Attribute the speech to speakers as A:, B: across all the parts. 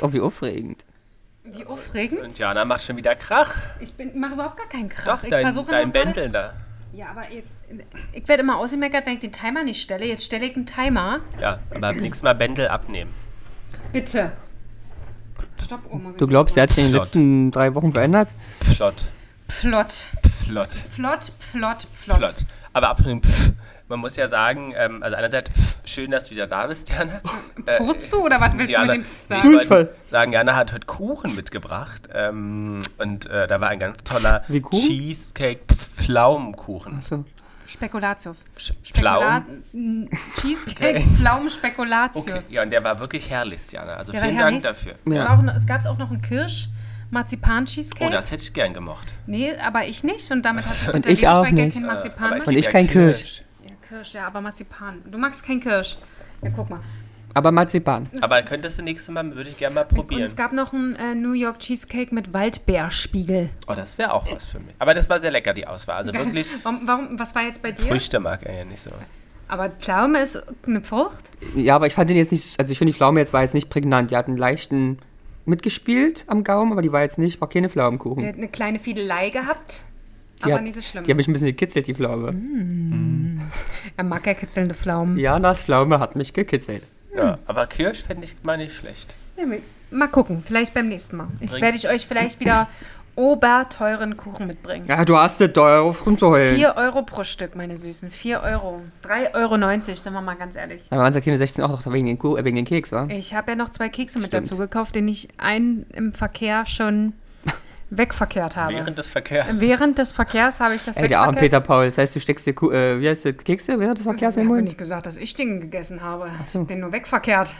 A: Oh, wie aufregend.
B: Wie aufregend.
C: Und Jana macht schon wieder Krach.
B: Ich bin, mache überhaupt gar keinen Krach.
C: Doch,
B: ich
C: dein,
B: versuche
C: dein
B: nur gerade-
C: Bändeln da.
B: Ja, aber jetzt. Ich werde immer ausgemeckert, wenn ich den Timer nicht stelle. Jetzt stelle ich einen Timer.
C: Ja, aber beim nächsten Mal Bändel abnehmen.
B: Bitte. oh, Stoppuhr muss ich
A: Du glaubst, der hat sich in den
C: Flott.
A: letzten drei Wochen verändert?
C: Flott,
B: Flott.
C: flott,
B: Flott, flott, flott.
C: flott. Aber absolut, pff, man muss ja sagen, ähm, also einerseits, pff, schön, dass du wieder da bist, Jana. Äh,
B: Furzt du oder was willst du
C: Jana,
B: mit dem Pf
C: Nee,
B: sagen?
C: ich
A: Durchfall.
C: wollte sagen, Jana hat heute Kuchen mitgebracht ähm, und äh, da war ein ganz toller
A: Wie Kuchen?
C: Cheesecake-Pflaumenkuchen.
A: Achso.
B: Spekulatius.
C: Pflaum?
B: N- Cheesecake,
C: Okay.
B: Pflaumenspekulatius.
C: Okay, ja, und der war wirklich herrlich, Jana. Also
B: Der war
C: vielen Dank
B: herrlichst.
C: dafür.
B: Es,
A: Ja.
B: war auch noch, es gab auch noch einen Kirsch. Marzipan-Cheesecake?
C: Oh, das hätte ich gern gemocht. Äh,
B: nee, aber ich nicht. Und damit hat sich
A: Und ich auch nicht.
B: kein Marzipan.
C: Aber
B: mag.
A: Und
C: lieb
A: ich
C: ja
A: kein Kirsch.
B: ja, Kirsch, ja, aber Marzipan. Du magst kein Kirsch. Ja, guck mal.
A: Aber Marzipan.
C: Aber könntest du nächstes Mal, würde ich gerne mal
B: Und
C: probieren.
B: es gab noch einen äh, New York Cheesecake mit Waldbeerspiegel.
C: Oh, das wäre auch was für mich. Aber das war sehr lecker, die Auswahl. Also wirklich,
B: Warum, warum, was war jetzt bei dir?
C: Früchte mag er ja nicht so.
B: Hm. Aber Pflaume ist eine Frucht?
A: Ja, aber ich fand den jetzt nicht, also ich finde die Pflaume jetzt war jetzt nicht prägnant. Die hat einen leichten mitgespielt am Gaumen, aber die war jetzt nicht, war keine Pflaumenkuchen.
B: Der hat eine kleine Fiedelei gehabt,
A: die
B: aber
A: hat,
B: nicht so schlimm. Mhm.
A: Die hat mich ein bisschen gekitzelt, die Pflaume.
B: er mag ja kitzelnde Pflaumen.
A: Janas Pflaume hat mich gekitzelt.
C: Ja, aber Kirsch fände ich mal nicht schlecht.
B: Ja, wir- mal gucken, vielleicht beim nächsten Mal. Ich
C: Bringst-
B: werde ich euch vielleicht wieder oberteuren Kuchen mitbringen.
A: Ja, du hast es teuer auf zu heulen.
B: 4 Euro pro Stück, meine Süßen. 4 Euro. 3,90 Euro, sind wir mal ganz ehrlich.
A: Aber waren es keine 16 auch noch wegen den, Kuh, äh, wegen den Keks, wa?
B: Ich habe ja noch zwei Kekse mit
A: Stimmt.
B: dazu gekauft, den ich einen im Verkehr schon wegverkehrt habe.
C: Während des Verkehrs.
B: Während des Verkehrs habe ich das
A: Ey, der arme
B: wegverkehrt.
A: Peter Paul. Das heißt, du steckst dir, Kuh, äh, wie heißt das, Kekse? Wer hat das Verkehrs in
B: Ich
A: den
B: habe
A: Mund?
B: nicht gesagt, dass ich den gegessen habe. Ich
A: so.
B: habe den nur wegverkehrt.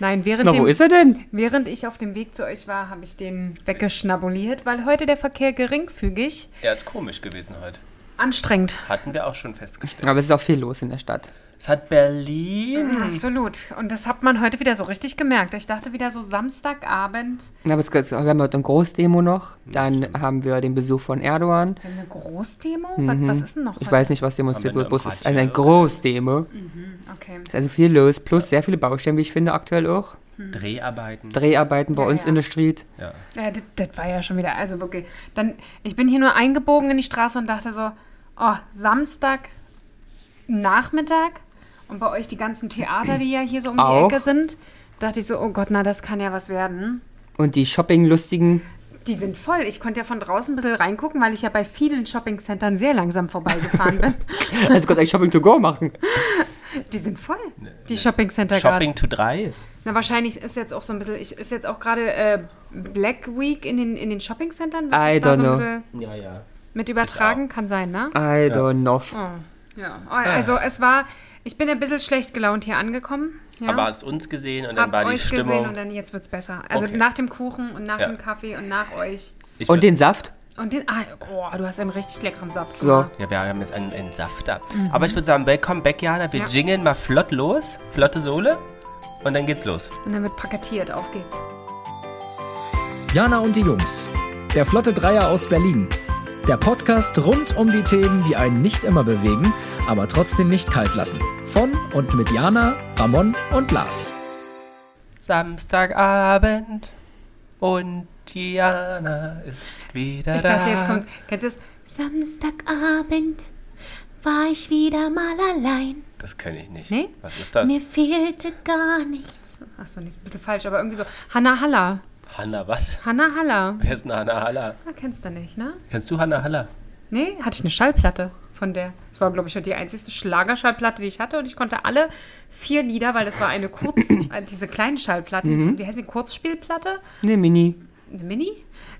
B: Nein, während,
A: Na,
B: dem,
A: wo ist er denn?
B: während ich auf dem Weg zu euch war, habe ich den weggeschnabuliert, weil heute der Verkehr geringfügig
C: Ja, ist komisch gewesen heute.
B: anstrengend.
C: Hatten wir auch schon festgestellt.
A: Aber es ist auch viel los in der Stadt.
C: Es hat Berlin.
B: Absolut. Und das hat man heute wieder so richtig gemerkt. Ich dachte wieder so Samstagabend,
A: Na, Aber es, es- wir haben heute eine Großdemo noch. Dann haben wir den Besuch von Erdogan.
B: eine Großdemo? Was, was ist denn noch?
A: Mhm. Ich
B: heute?
A: weiß nicht, was demonstriert
C: Am
A: wird.
C: Ende
A: bloß Es ist
C: Bratsche.
A: eine Großdemo.
B: Okay.
A: Es ist also viel los. Plus sehr viele Baustellen, wie ich finde, aktuell auch.
C: Dreharbeiten.
A: Dreharbeiten bei
B: Ja,
A: uns
B: ja.
A: in der Street.
C: ja.
B: Hm. Ja, das, Äh, das war ja schon wieder, also wirklich. Dann, ich bin hier nur eingebogen in die Straße und dachte so, oh, Samstag Nachmittag und bei euch die ganzen Theater, die ja hier so um die
A: Auch.
B: Ecke sind, dachte ich so, oh Gott, na, das kann ja was werden.
A: Und die Shopping-Lustigen.
B: Die sind voll. Ich konnte ja von draußen ein bisschen reingucken, weil ich ja bei vielen Shoppingcentern sehr langsam vorbeigefahren bin.
A: Also Gott, ein Shopping to go machen.
B: Die sind voll, die Shoppingcenter gerade.
C: Shopping to 3.
B: Na, wahrscheinlich ist jetzt auch so ein bisschen, ich, ist jetzt auch gerade äh, Black Week in den, in den Shoppingcentern. Wird
A: I
B: das da
A: don't
B: so ein
A: know.
B: bisschen
C: Ja, ja.
B: Mit übertragen kann sein, ne?
A: I don't know.
B: Oh, ja. Oh,
C: Ah,
B: Also es war, ich bin ein bisschen schlecht gelaunt hier angekommen. Ja.
C: Aber hast uns gesehen und dann
B: hab
C: war die
B: euch gesehen und
C: Stimmung.
B: dann jetzt wird's besser. Also
C: Okay.
B: nach dem Kuchen und nach
C: Ja.
B: dem Kaffee und nach euch.
C: Ich
A: Und den Saft.
B: Und den, ah, oh, du hast einen richtig leckeren Saft.
A: So.
C: ja, wir haben jetzt einen, einen Safter. Aber ich würde sagen, welcome back, Jana. Wir
B: Mhm. Ja.
C: jingeln mal flott los. Flotte Sohle. Und dann geht's los.
B: Und dann wird paketiert, auf geht's.
D: Jana und die Jungs. Der Flotte Dreier aus Berlin. Der Podcast rund um die Themen, die einen nicht immer bewegen, aber trotzdem nicht kalt lassen. Von und mit Jana, Ramon und Lars.
C: Samstagabend. Und Jana ist wieder
B: Ich
C: da.
B: dachte, jetzt kommt, kennst du das?
E: Samstagabend war ich wieder mal allein.
C: Das kenne ich nicht.
B: Nee?
C: Was ist das?
E: Mir fehlte gar nichts.
B: Achso, nee, ist ein bisschen falsch, aber irgendwie so. Hanna Halla.
C: Hanna, was?
B: Hanna Halla.
C: Wer ist denn Hanna Halla?
B: Ah, kennst du nicht, ne?
C: Kennst du Hanna Halla?
B: Nee, hatte ich eine Schallplatte von der. Das war, glaube ich, die einzigste Schlagerschallplatte, die ich hatte. Und ich konnte alle vier Lieder, weil das war eine kurz, äh, diese kleinen Schallplatten,
A: Mhm.
B: wie heißt die, Kurzspielplatte?
A: Ne, Mini.
B: Eine Mini?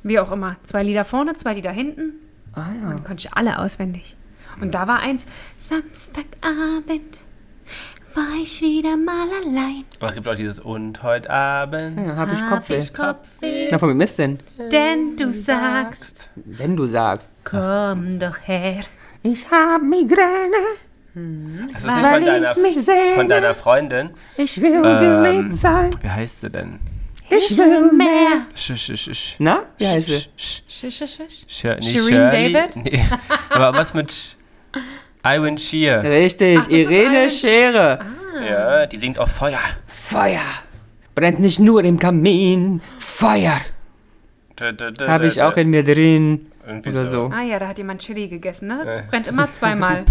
B: Wie auch immer. Zwei Lieder vorne, zwei Lieder hinten.
A: Ah
B: Und
A: ja.
B: dann konnte ich alle auswendig. Und da war eins,
E: Samstagabend war ich wieder mal allein.
C: Aber es gibt auch dieses Und heute Abend.
A: ja hab ich
E: Hab
A: Kopfweh.
E: ich Kopfweh,
A: Na, von wem ist denn?
E: denn du sagst,
A: Wenn du sagst.
B: komm doch her.
A: Ich hab Migräne,
C: Das ist nicht von deiner, von
A: sehne.
C: deiner Freundin.
A: Ich will
C: Ähm,
A: sein.
C: wie heißt sie denn?
A: Ich will
E: mehr
C: Sch, sch, sch, sch.
A: Na, wie heißt sie?
C: Sch, sch,
B: Schisch, schisch, schisch.
C: sch, nee,
B: Shireen
C: Shirley.
B: David?
C: Nee. Aber was mit Sch Iwan Shear?
A: Richtig,
B: das ist Ah.
A: Irene
B: ein-
A: Schere.
C: Ja, die singt auch Feuer.
A: Feuer. brennt nicht nur im Kamin, Feuer habe ich auch in mir drin.
C: Irgendwie
A: Oder
C: so.
A: so.
B: Ah ja, da hat jemand Chili gegessen, ne?
A: Äh.
B: Das brennt immer zweimal.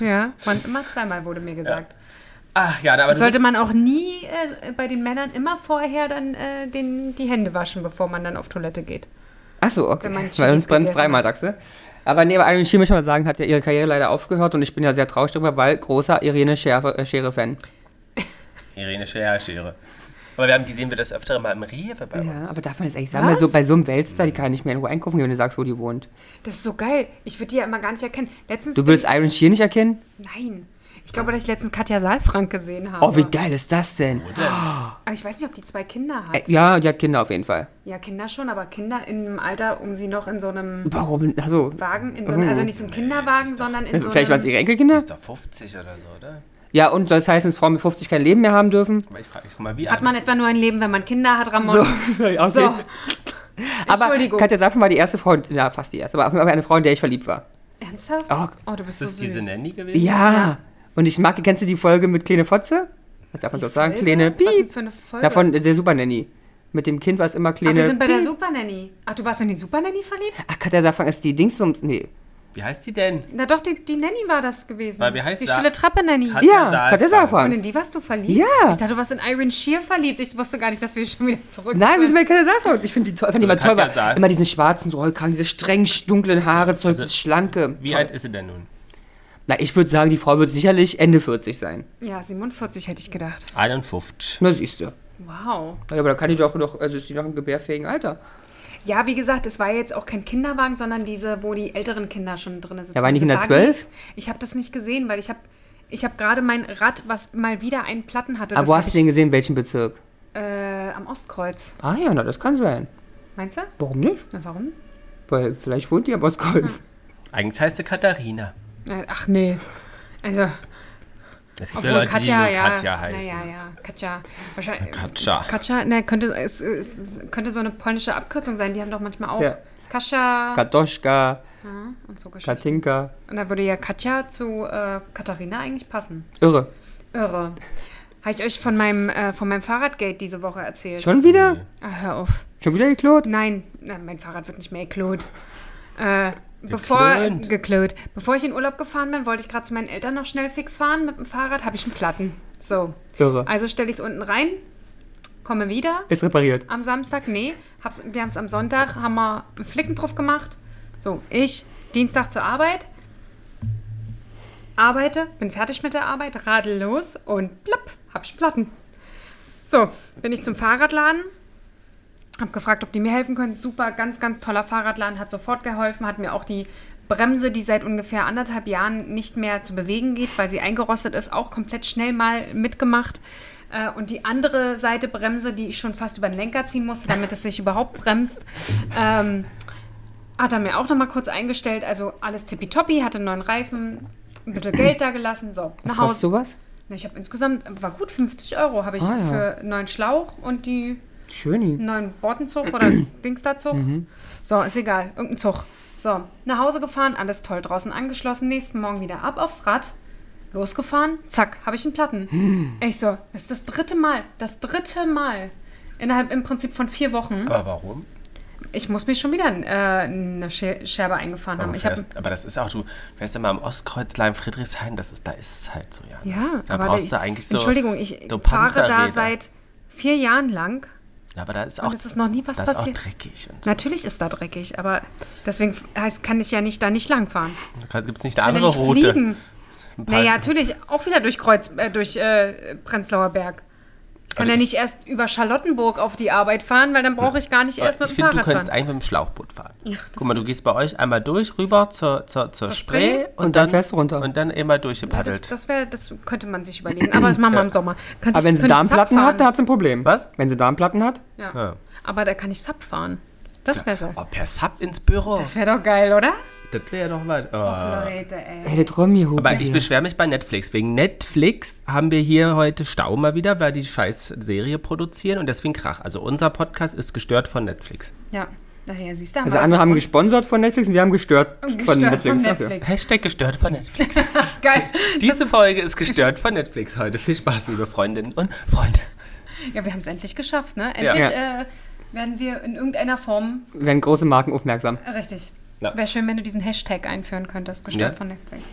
B: ja, brennt immer zweimal, wurde mir gesagt.
C: Ach ja,
A: also
C: aber du
B: Sollte
C: bist,
B: man auch nie äh, bei den Männern immer vorher dann äh, den, die Hände waschen, bevor man dann auf Toilette geht.
A: Achso, okay.
B: Wenn man Chilis
A: Bei uns brennt es
B: gegessen
A: dreimal, sagst du? Aber nee, aber Irene Schier, muss ich mal sagen, hat ja ihre Karriere leider aufgehört und ich bin ja sehr traurig darüber, weil großer Irene Schere- äh, Schere-Fan.
C: Irene Schere, Schere. Aber wir haben, die sehen wir das öfter mal im Rewe bei
A: Ja,
C: uns.
A: aber darf man das eigentlich sagen? Weil
B: Was?
A: so, bei so einem Weltstar, die kann ja nicht mehr in Ruhe einkaufen gehen, wenn du sagst, wo die wohnt.
B: Das ist so geil. Ich würde die ja immer gar nicht erkennen. Letztens.
A: Du würdest Irene Schier nicht erkennen?
B: Nein. Ich glaube, dass ich letztens Katja Saalfrank gesehen habe.
A: Oh, wie geil ist das denn?
B: Aber ich weiß nicht, ob die zwei Kinder hat.
A: Äh, Ja, die hat Kinder auf jeden Fall.
B: Ja, Kinder schon, aber Kinder in einem Alter, um sie noch in so einem
A: Warum? Also,
B: Wagen, in so einem, also nicht so einem Kinderwagen, sondern in so
A: vielleicht waren es
B: einem...
A: ihre Enkelkinder?
C: Ist doch 50 oder so, oder?
A: Ja, und soll es heißen, dass Frauen mit 50 kein Leben mehr haben dürfen?
C: Aber ich frage mich guck mal, wie
B: Hat
C: alt-
B: man etwa nur ein Leben, wenn man Kinder hat, Ramon?
A: okay. aber
B: Entschuldigung.
A: Katja Saffen war die erste Frau, ja, fast die erste, aber auf jeden Fall eine Frau, in der ich verliebt war.
B: Ernsthaft?
A: Oh,
B: Oh, du bist
C: Ist das
B: so süß.
C: diese Nanny gewesen?
A: ja. Und ich mag, kennst du die Folge mit Kleine Fotze? Was darf man so sagen?
B: Folge?
A: Kleine
B: Was denn
A: Piep.
B: für eine Folge?
A: Davon äh, der Supernanny. Mit dem Kind war es immer
B: Ach,
A: Kleine
B: wir sind bei der
A: Piep.
B: Supernanny. Ach, du warst in die Supernanny verliebt?
A: Ach, Katja Saffen ist die Dingsums, nee.
C: Wie heißt die denn?
B: Na doch, die, die Nanny war das gewesen.
C: Weil wie heißt
B: die
C: da-
B: stille Trappe-Nanny.
C: Hat- Katja
A: Ja,
C: Saalfrank.
A: Katja
B: Und
A: Saffen.
B: in die warst du verliebt?
A: Ja.
B: Ich dachte, du warst in Irene Shear verliebt. Ich wusste gar nicht, dass wir schon wieder zurück
A: Nein, wir sind
B: sind.
A: bei Katja Saffen. Ich finde die, toll- fand die
C: Also
A: immer toll,
C: Katja
A: weil
C: Saal-
A: immer diesen schwarzen Rollkragen, diese streng dunklen Haare, Zeug,
C: Also,
A: das Schlanke.
C: Wie
A: Toll.
C: alt ist sie denn nun?
A: Na, ich würde sagen, die Frau wird sicherlich Ende 40 sein.
B: Ja, 47 hätte ich gedacht.
C: 51.
A: Na, siehst du.
B: Wow.
A: Ja, aber da kann die doch noch, also ist die noch im gebärfähigen Alter.
B: Ja, wie gesagt, es war jetzt auch kein Kinderwagen, sondern diese, wo die älteren Kinder schon drin sitzen.
A: Ja, waren die
B: diese
A: Kinder zwölf?
B: Buggies. Ich habe das nicht gesehen, weil ich habe ich hab gerade mein Rad, was mal wieder einen Platten hatte,
A: Aber
B: das
A: Ah, wo
B: hab
A: hast du
B: ich,
A: den gesehen, welchen Bezirk?
B: äh, am Ostkreuz.
A: Ah ja, na, das kann sein.
B: Meinst du?
A: Warum nicht?
B: Na, warum?
A: Weil vielleicht wohnt die am Ostkreuz.
C: Eigentlich heißt sie Katharina.
B: Äh, Ach nee. Also,
C: Es gibt ja
B: obwohl
C: Leute,
B: Katja,
C: die nur
B: ja.
C: Katja heißen.
B: Naja, ja, Katja. Wahrscheinlich.
C: Katja.
B: Katja, ne, könnte, es, es es könnte so eine polnische Abkürzung sein. Die haben doch manchmal auch
A: Ja.
B: Kasia
A: Katoschka,
B: und so Geschichten.
A: Katinka.
B: Und da würde ja Katja zu äh, Katharina eigentlich passen.
A: Irre.
B: Irre. Habe ich euch von meinem, äh, von meinem Fahrradgate diese Woche erzählt?
A: Schon wieder?
B: Ah, hör auf.
A: Schon wieder geklaut?
B: Nein, na, mein Fahrrad wird nicht mehr geklont. Äh, bevor,
C: Geklont?
B: geklont. Bevor ich in Urlaub gefahren bin, wollte ich gerade zu meinen Eltern noch schnell fix fahren. Mit dem Fahrrad habe ich einen Platten. So.
A: Irre.
B: Also stelle ich es unten rein, komme wieder.
A: Ist repariert.
B: Am Samstag, nee. Hab's, wir haben es am Sonntag, haben wir einen Flicken drauf gemacht. So, ich, Dienstag zur Arbeit, arbeite, bin fertig mit der Arbeit, radel los und plapp, hab ich Platten. So, bin ich zum Fahrradladen, hab gefragt, ob die mir helfen können. Super, ganz, ganz toller Fahrradladen, hat sofort geholfen, hat mir auch die Bremse, die seit ungefähr anderthalb Jahren nicht mehr zu bewegen geht, weil sie eingerostet ist, auch komplett schnell mal mitgemacht. Äh, Und die andere Seite Bremse, die ich schon fast über den Lenker ziehen musste, damit es sich überhaupt bremst, ähm, hat er mir auch nochmal kurz eingestellt. Also alles tippitoppi, hatte einen neuen Reifen, ein bisschen Geld da gelassen. So,
A: Was kostet
B: nach Hause.
A: sowas?
B: Na, Ich habe insgesamt, war gut, 50 Euro habe ich
A: Ah, ja.
B: für einen neuen Schlauch und die
A: Schöni.
B: neuen Bordenzug oder Dingsterzug.
C: Mhm.
B: So, ist egal, irgendein Zug. So, nach Hause gefahren, alles toll, draußen angeschlossen, nächsten Morgen wieder ab aufs Rad, losgefahren, zack, habe ich einen Platten.
C: Hm.
B: Ich so, das ist das dritte Mal, das dritte Mal. Innerhalb im Prinzip von vier Wochen.
C: Aber warum?
B: Ich muss mir schon wieder äh, eine Sche- Scherbe eingefahren haben.
C: Warum
B: Ich hab,
C: fährst, aber das ist auch, du fährst immer am Ostkreuzlein Friedrichshain, das ist, da ist es halt so, ja.
B: ja,
C: da
B: aber
C: brauchst
B: ich-
C: du eigentlich so.
B: Entschuldigung, ich
C: so
B: fahre da
C: Panzerräder.
B: seit vier Jahren lang
C: Ja, aber da ist auch,
B: und es ist noch nie was
C: das ist auch
B: passiert.
C: dreckig. Und so.
B: Natürlich ist da dreckig, aber deswegen heißt, kann ich ja nicht da nicht langfahren.
C: Da gibt es nicht eine
B: Kann
C: andere
B: ja nicht
C: Route. Halt.
B: fliegen.
C: Ein paar-
B: Naja, natürlich, auch wieder durch Kreuz, äh, durch äh, Prenzlauer Berg. Ich kann ja
C: Aber ich-
B: nicht erst über Charlottenburg auf die Arbeit fahren, weil dann brauche ich gar nicht
C: Aber
B: erst mit
C: ich
B: dem
C: finde, du
B: Fahrrad
C: könntest
B: fahren.
C: eigentlich mit dem Schlauchboot fahren.
B: Ja, das-
C: Guck mal, du gehst bei euch einmal durch, rüber zur, zur, zur,
B: Zur Spree
C: Spree
A: und dann fährst du runter.
C: Und dann immer
B: Ja, das,
C: durchgepaddelt.
B: das, wär, das könnte man sich überlegen, aber das machen wir im Sommer. Könnte
A: Aber wenn
B: ich,
A: sie
B: könnte ich
A: Darmplatten
B: Sub
A: hat, da
B: fahren.
A: hat sie ein Problem.
C: Was?
A: Wenn sie Darmplatten hat?
B: Ja.
C: Ja.
B: Aber da kann ich Sub fahren. Das wäre so.
C: Oh, per Sub ins Büro. Das,
B: Das wäre doch geil, oder?
C: wäre doch mal. Oh.
B: Leute, ey.
A: Ey, das Romy
C: Aber ich beschwere mich bei Netflix. Wegen Netflix haben wir hier heute Stau mal wieder, weil die scheiß Serie produzieren und deswegen Krach. Also unser Podcast ist gestört von Netflix.
B: Ja. Naja, siehst du, haben
A: Also
B: wir-
A: andere haben gesponsert von Netflix und wir haben gestört, von Netflix.
B: Von
A: dafür.
B: Netflix.
C: Hashtag gestört von Netflix.
B: Geil.
C: Diese Folge ist gestört von Netflix heute. Viel Spaß, liebe Freundinnen und Freunde.
B: Ja, wir haben es endlich geschafft, ne? Endlich äh, werden wir in irgendeiner Form.
A: Werden große Marken aufmerksam.
B: äh, Richtig.
C: Ja.
B: Wäre schön, wenn du diesen Hashtag einführen könntest, gestört
C: Ja.
B: von Netflix.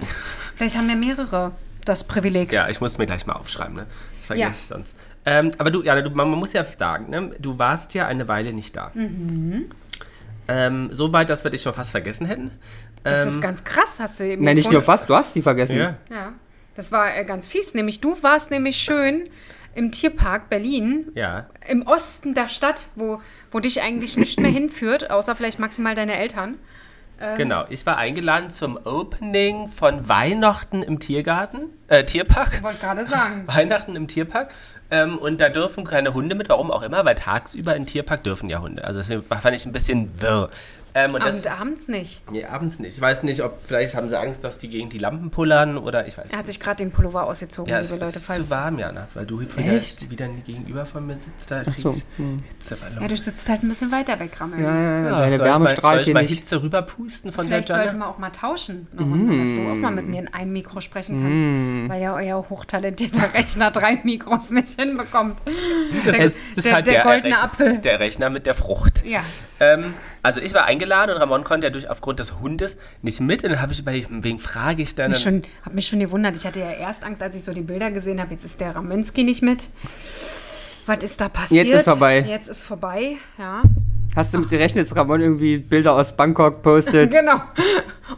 B: Vielleicht haben ja mehrere das Privileg.
C: Ja, ich muss mir gleich mal aufschreiben, ne? Das vergesse ich sonst. Ähm, aber du, ja, du, man, man muss ja sagen, ne? du warst ja eine Weile nicht da.
B: Mhm.
C: Ähm, so weit, dass wir dich schon fast vergessen hätten.
B: Das
C: Ähm,
B: ist ganz krass, hast du eben.
A: Nein, nicht nur fast, du hast sie vergessen.
C: ja.
B: Ja, das war äh, ganz fies. Nämlich du warst nämlich schön im Tierpark Berlin,
C: ja.
B: im Osten der Stadt, wo, wo dich eigentlich nicht mehr hinführt, außer vielleicht maximal deine Eltern. Ähm.
C: Genau, ich war eingeladen zum Opening von Weihnachten im Tiergarten, äh, Tierpark.
B: Ich wollte gerade sagen.
C: Weihnachten im Tierpark. Ähm, und da dürfen keine Hunde mit, warum auch immer, weil tagsüber im Tierpark dürfen ja Hunde. Also deswegen fand ich ein bisschen wirr. Ähm, und das,
B: Und abends nicht.
C: nee, abends nicht. Ich weiß nicht, ob vielleicht haben sie Angst, dass die gegen die Lampen pullern oder ich weiß
B: Er hat
C: nicht.
B: sich gerade den Pullover ausgezogen,
C: Ja, es
B: liebe Leute.
C: ist zu
B: Falls,
C: warm, Jana, weil du wieder,
A: Echt?
C: wieder gegenüber von mir sitzt. Da
A: so,
C: kriegst Hitzeballon.
B: hm. ja, du sitzt halt ein bisschen weiter weg, Rammel.
A: Ja, ja, ja. Äh, Deine
C: soll ich
A: Wärme
C: mal-
A: strahlt
C: soll
A: hier
C: ich mal
A: nicht.
C: Hitze rüberpusten von
B: Vielleicht
C: der
B: sollten
C: Jana?
B: wir auch mal tauschen, nochmal, dass du auch mal
C: Mm.
B: mit mir in ein Mikro sprechen kannst, weil ja euer hochtalentierter Rechner drei Mikros nicht hinbekommt. der,
C: Das ist, das
B: der,
C: ist halt
B: der, goldene
C: Rechner,
B: Apfel.
C: Der Rechner mit der Frucht.
B: ja,
C: Ähm, also ich war eingeladen und Ramon konnte ja durch aufgrund des Hundes nicht mit. Und dann habe ich überlegt, wen frage ich dann?
B: mich schon, hab mich schon gewundert. Ich hatte ja erst Angst, als ich so die Bilder gesehen habe. Jetzt ist der Ramönski nicht mit. Was ist da passiert?
A: Jetzt ist vorbei.
B: Jetzt ist vorbei, ja.
A: Hast du mit gerechnet, dass Ramon irgendwie Bilder aus Bangkok postet?
B: Genau.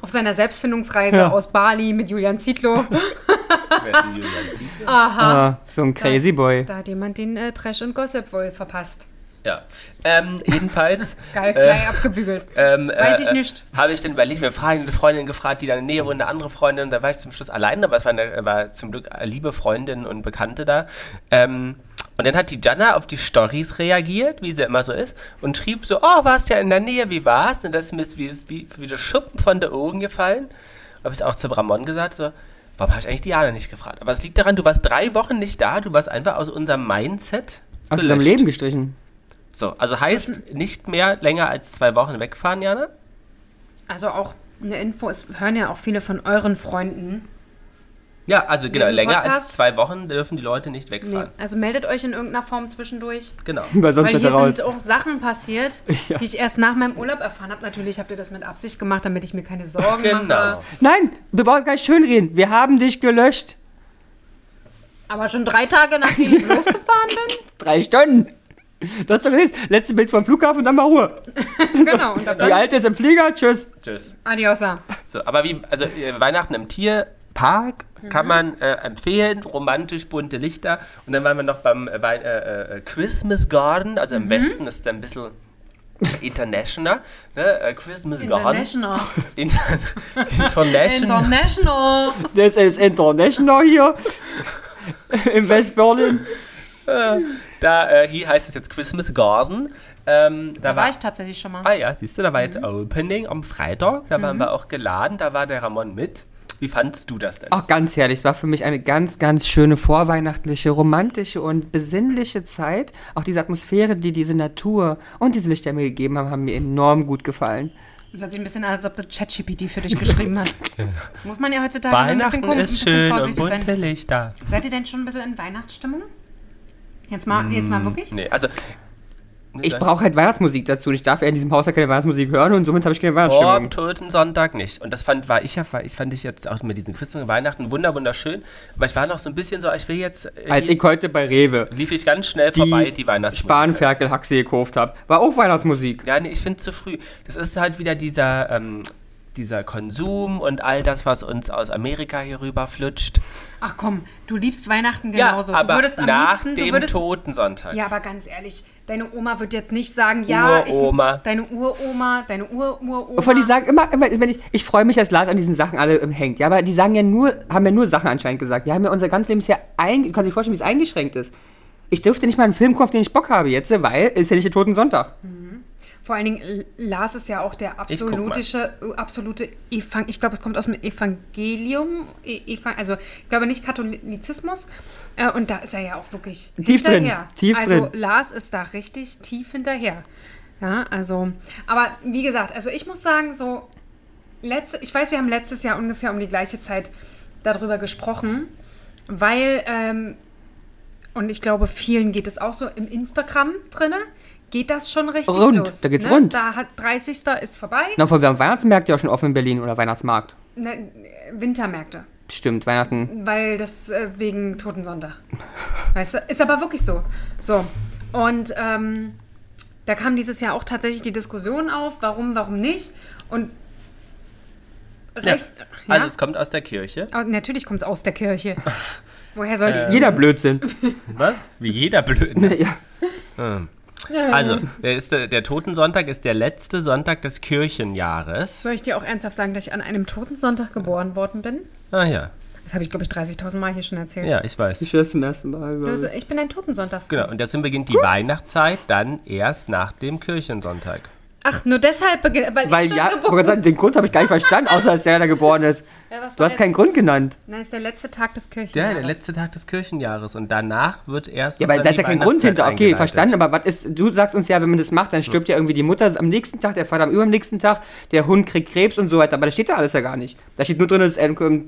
B: Auf seiner Selbstfindungsreise
A: Ja.
B: aus Bali mit Julian Zietlow.
C: Wer den Julian sieht.
A: ah, so ein Crazy Boy.
B: Da hat jemand den äh, Trash und Gossip wohl verpasst.
C: Ja. Ähm, jedenfalls.
B: Geil,
C: äh,
B: gleich abgebügelt.
C: ähm,
B: Weiß
C: äh,
B: ich nicht.
C: Habe ich dann überlegt, wir fragen eine Freundin gefragt, die da in der Nähe wohnt, eine andere Freundin. Da war ich zum Schluss alleine, aber es war, eine, war zum Glück liebe Freundin und Bekannte da. Ähm, und dann hat die Jana auf die Stories reagiert, wie sie immer so ist, und schrieb so: Oh, warst ja in der Nähe, wie war's? Und das ist mir wie, wie, wie der Schuppen von der Augen gefallen. Habe ich auch zu Ramon gesagt, so. Warum habe ich eigentlich Diana nicht gefragt? Aber es liegt daran, du warst drei Wochen nicht da, du warst einfach aus unserem Mindset.
A: Aus seinem
C: gelöscht.
A: Leben gestrichen.
C: So, also heißt nicht mehr länger als zwei Wochen wegfahren, Jana?
B: Also auch eine Info, es hören ja auch viele von euren Freunden.
C: Ja, also genau,
B: Diesen
C: länger
B: Podcast?
C: als zwei Wochen dürfen die Leute nicht
B: Nee,
C: wegfahren.
B: also meldet euch in irgendeiner Form zwischendurch.
C: Genau.
A: Weil sonst
B: Weil
A: wird er
B: hier
A: raus.
B: sind auch Sachen passiert,
A: Ja.
B: die ich erst nach meinem Urlaub erfahren habe. Natürlich habt ihr das mit Absicht gemacht, damit ich mir keine Sorgen
C: Genau.
B: mache.
A: Nein, wir brauchen gar nicht schönreden. Wir haben dich gelöscht.
B: Aber schon drei Tage, nachdem ich losgefahren bin.
A: Drei Stunden. Du hast doch gesehen, letzte Bild vom Flughafen, dann mal Ruhe.
B: Genau, und ab
A: Die
B: dann
A: Alte ist im Flieger, tschüss.
C: Tschüss.
B: Adiosa.
C: So, aber wie, also äh, Weihnachten im Tierpark
B: Mhm.
C: kann man äh, empfehlen, romantisch bunte Lichter. Und dann waren wir noch beim äh, Wei- äh, äh, Christmas Garden, also
B: Mhm.
C: im Westen ist es ein bisschen international. Ne? Äh, Christmas Garden.
B: International.
C: Inter international.
B: International.
A: Das ist international hier. Im Westberlin.
C: da äh, hier heißt es jetzt Christmas Garden. Ähm, da,
B: Da war ich tatsächlich schon mal.
C: Ah ja, siehst du, da war jetzt
B: Mhm.
C: Opening am Freitag, da waren wir auch geladen, da war der Ramon mit. Wie fandst du das denn?
B: Ah,
A: Auch ganz herrlich. Es war für mich eine ganz, ganz schöne vorweihnachtliche, romantische und besinnliche Zeit. Auch diese Atmosphäre, die diese Natur und diese Lichter mir gegeben haben, haben mir enorm gut gefallen.
B: Das hört sich ein bisschen an, als ob das ChatGPT für dich geschrieben hat. Muss man ja heutzutage ein bisschen,
C: Weihnachten
B: gucken, ein
C: ist
B: bisschen
C: schön und
B: vorsichtig sein.
C: bunte Lichter.
B: Seid ihr denn schon ein bisschen in Weihnachtsstimmung? Jetzt mal, jetzt mal wirklich?
C: Nee, also. ne,
A: Ich brauche halt Weihnachtsmusik dazu und ich darf ja in diesem Haus ja keine Weihnachtsmusik hören und somit habe ich keine
C: Vor am
A: Weihnachtsstimmung.
C: Toten Sonntag nicht. Und das fand war ich ja, war, ich fand ich jetzt auch mit diesen Christen und Weihnachten wunder wunderschön. Aber ich war noch so ein bisschen so, ich will jetzt. äh,
A: Als ich heute bei Rewe
C: lief ich ganz schnell
A: die,
C: vorbei, die Weihnachtsmusik.
A: Spanferkelhaxe gekauft habe, war auch Weihnachtsmusik.
C: Ja, nee, ich finde es zu früh. Das ist halt wieder dieser, ähm, dieser Konsum und all das, was uns aus Amerika hier rüberflutscht.
B: Ach komm, du liebst Weihnachten
C: Ja,
B: genauso.
C: aber
B: du würdest am
C: nach
B: liebsten,
C: dem
B: du würdest.
C: Toten Sonntag.
B: Ja, aber ganz ehrlich, deine Oma wird jetzt nicht sagen, ja,
C: Uroma.
B: ich. Deine Uroma, deine Ururoma.
A: Wovon die sagen immer, immer wenn ich, ich freue mich, dass Lars an diesen Sachen alle ähm, hängt. Ja, aber die sagen ja nur, haben ja nur Sachen anscheinend gesagt. Wir haben ja unser ganzes Leben bisher ein, du kannst dir vorstellen, wie es eingeschränkt ist. Ich durfte nicht mal einen Film gucken, auf den ich Bock habe jetzt, weil es ist ja nicht der Toten Sonntag.
B: Vor allen Dingen, L- Lars ist ja auch der
C: guck mal.
B: absolutische, äh, absolute Evangelium. Ich glaube, es kommt aus dem Evangelium. E Eva- also, ich glaube nicht Katholizismus. Äh, Und da ist er ja auch wirklich
A: Tief drin,
B: hinterher.
A: tief
B: also,
A: drin.
B: Lars ist da richtig tief hinterher. Ja, also. Aber wie gesagt, also ich muss sagen, so. Letzte, ich weiß, wir haben letztes Jahr ungefähr um die gleiche Zeit darüber gesprochen, weil ähm, und ich glaube, vielen geht es auch so im Instagram drinne, geht das schon richtig
A: Rund,
B: los. ne?
A: da geht's rund.
B: Da hat 30. ist vorbei.
A: Na, vor wir haben Weihnachtsmärkte ja schon offen in Berlin oder Weihnachtsmarkt.
B: Ne, Wintermärkte.
A: Stimmt, Weihnachten.
B: Weil das äh, wegen Totensonntag. Weißt du, ist aber wirklich so. So. Und ähm, da kam dieses Jahr auch tatsächlich die Diskussion auf, warum, warum nicht. Und recht. Ja.
C: Also es kommt aus der Kirche.
B: Aber natürlich kommt es aus der Kirche. Woher soll es?
A: Jeder Blödsinn.
C: Was? ne? Wie jeder Blöden.
A: ja.
C: Also, der, ist der, der Totensonntag ist der letzte Sonntag des Kirchenjahres.
B: Soll ich dir auch ernsthaft sagen, dass ich an einem toten Sonntag geboren worden bin?
C: Ah ja,
B: Das habe ich, glaube ich, 30.000 Mal hier schon erzählt.
C: ja, ich weiß.
A: Ich höre es zum ersten Mal. glaub
B: Also,
A: ich.
B: Ich bin ein Totensonntagskind.
C: Genau, und deswegen beginnt die Weihnachtszeit dann erst nach dem Kirchensonntag.
B: Ach, nur deshalb, bege- weil,
A: Weil
B: ich
A: ja,
B: dann
A: ich wollte
B: geboren
A: sagen, den Grund habe ich gar nicht verstanden, außer dass der da geboren ist.
B: Ja, was
A: Du
B: war
A: hast
B: jetzt-
A: keinen Grund genannt.
B: Nein, ist der letzte Tag des
C: Ja,
B: Kirchenjahres.
C: der letzte Tag des Kirchenjahres und danach wird erst.
A: Ja, aber
C: dann
A: da ist
C: die
A: ja kein Grund
C: Weihnachtszeit
A: hinter. Okay,
C: eingeleitet.
A: verstanden, aber was ist, du sagst uns ja, wenn man das macht, dann stirbt ja irgendwie die Mutter am nächsten Tag, der Vater am übernächsten Tag, der Hund kriegt Krebs und so weiter, aber das steht da alles ja gar nicht. Da steht nur drin, das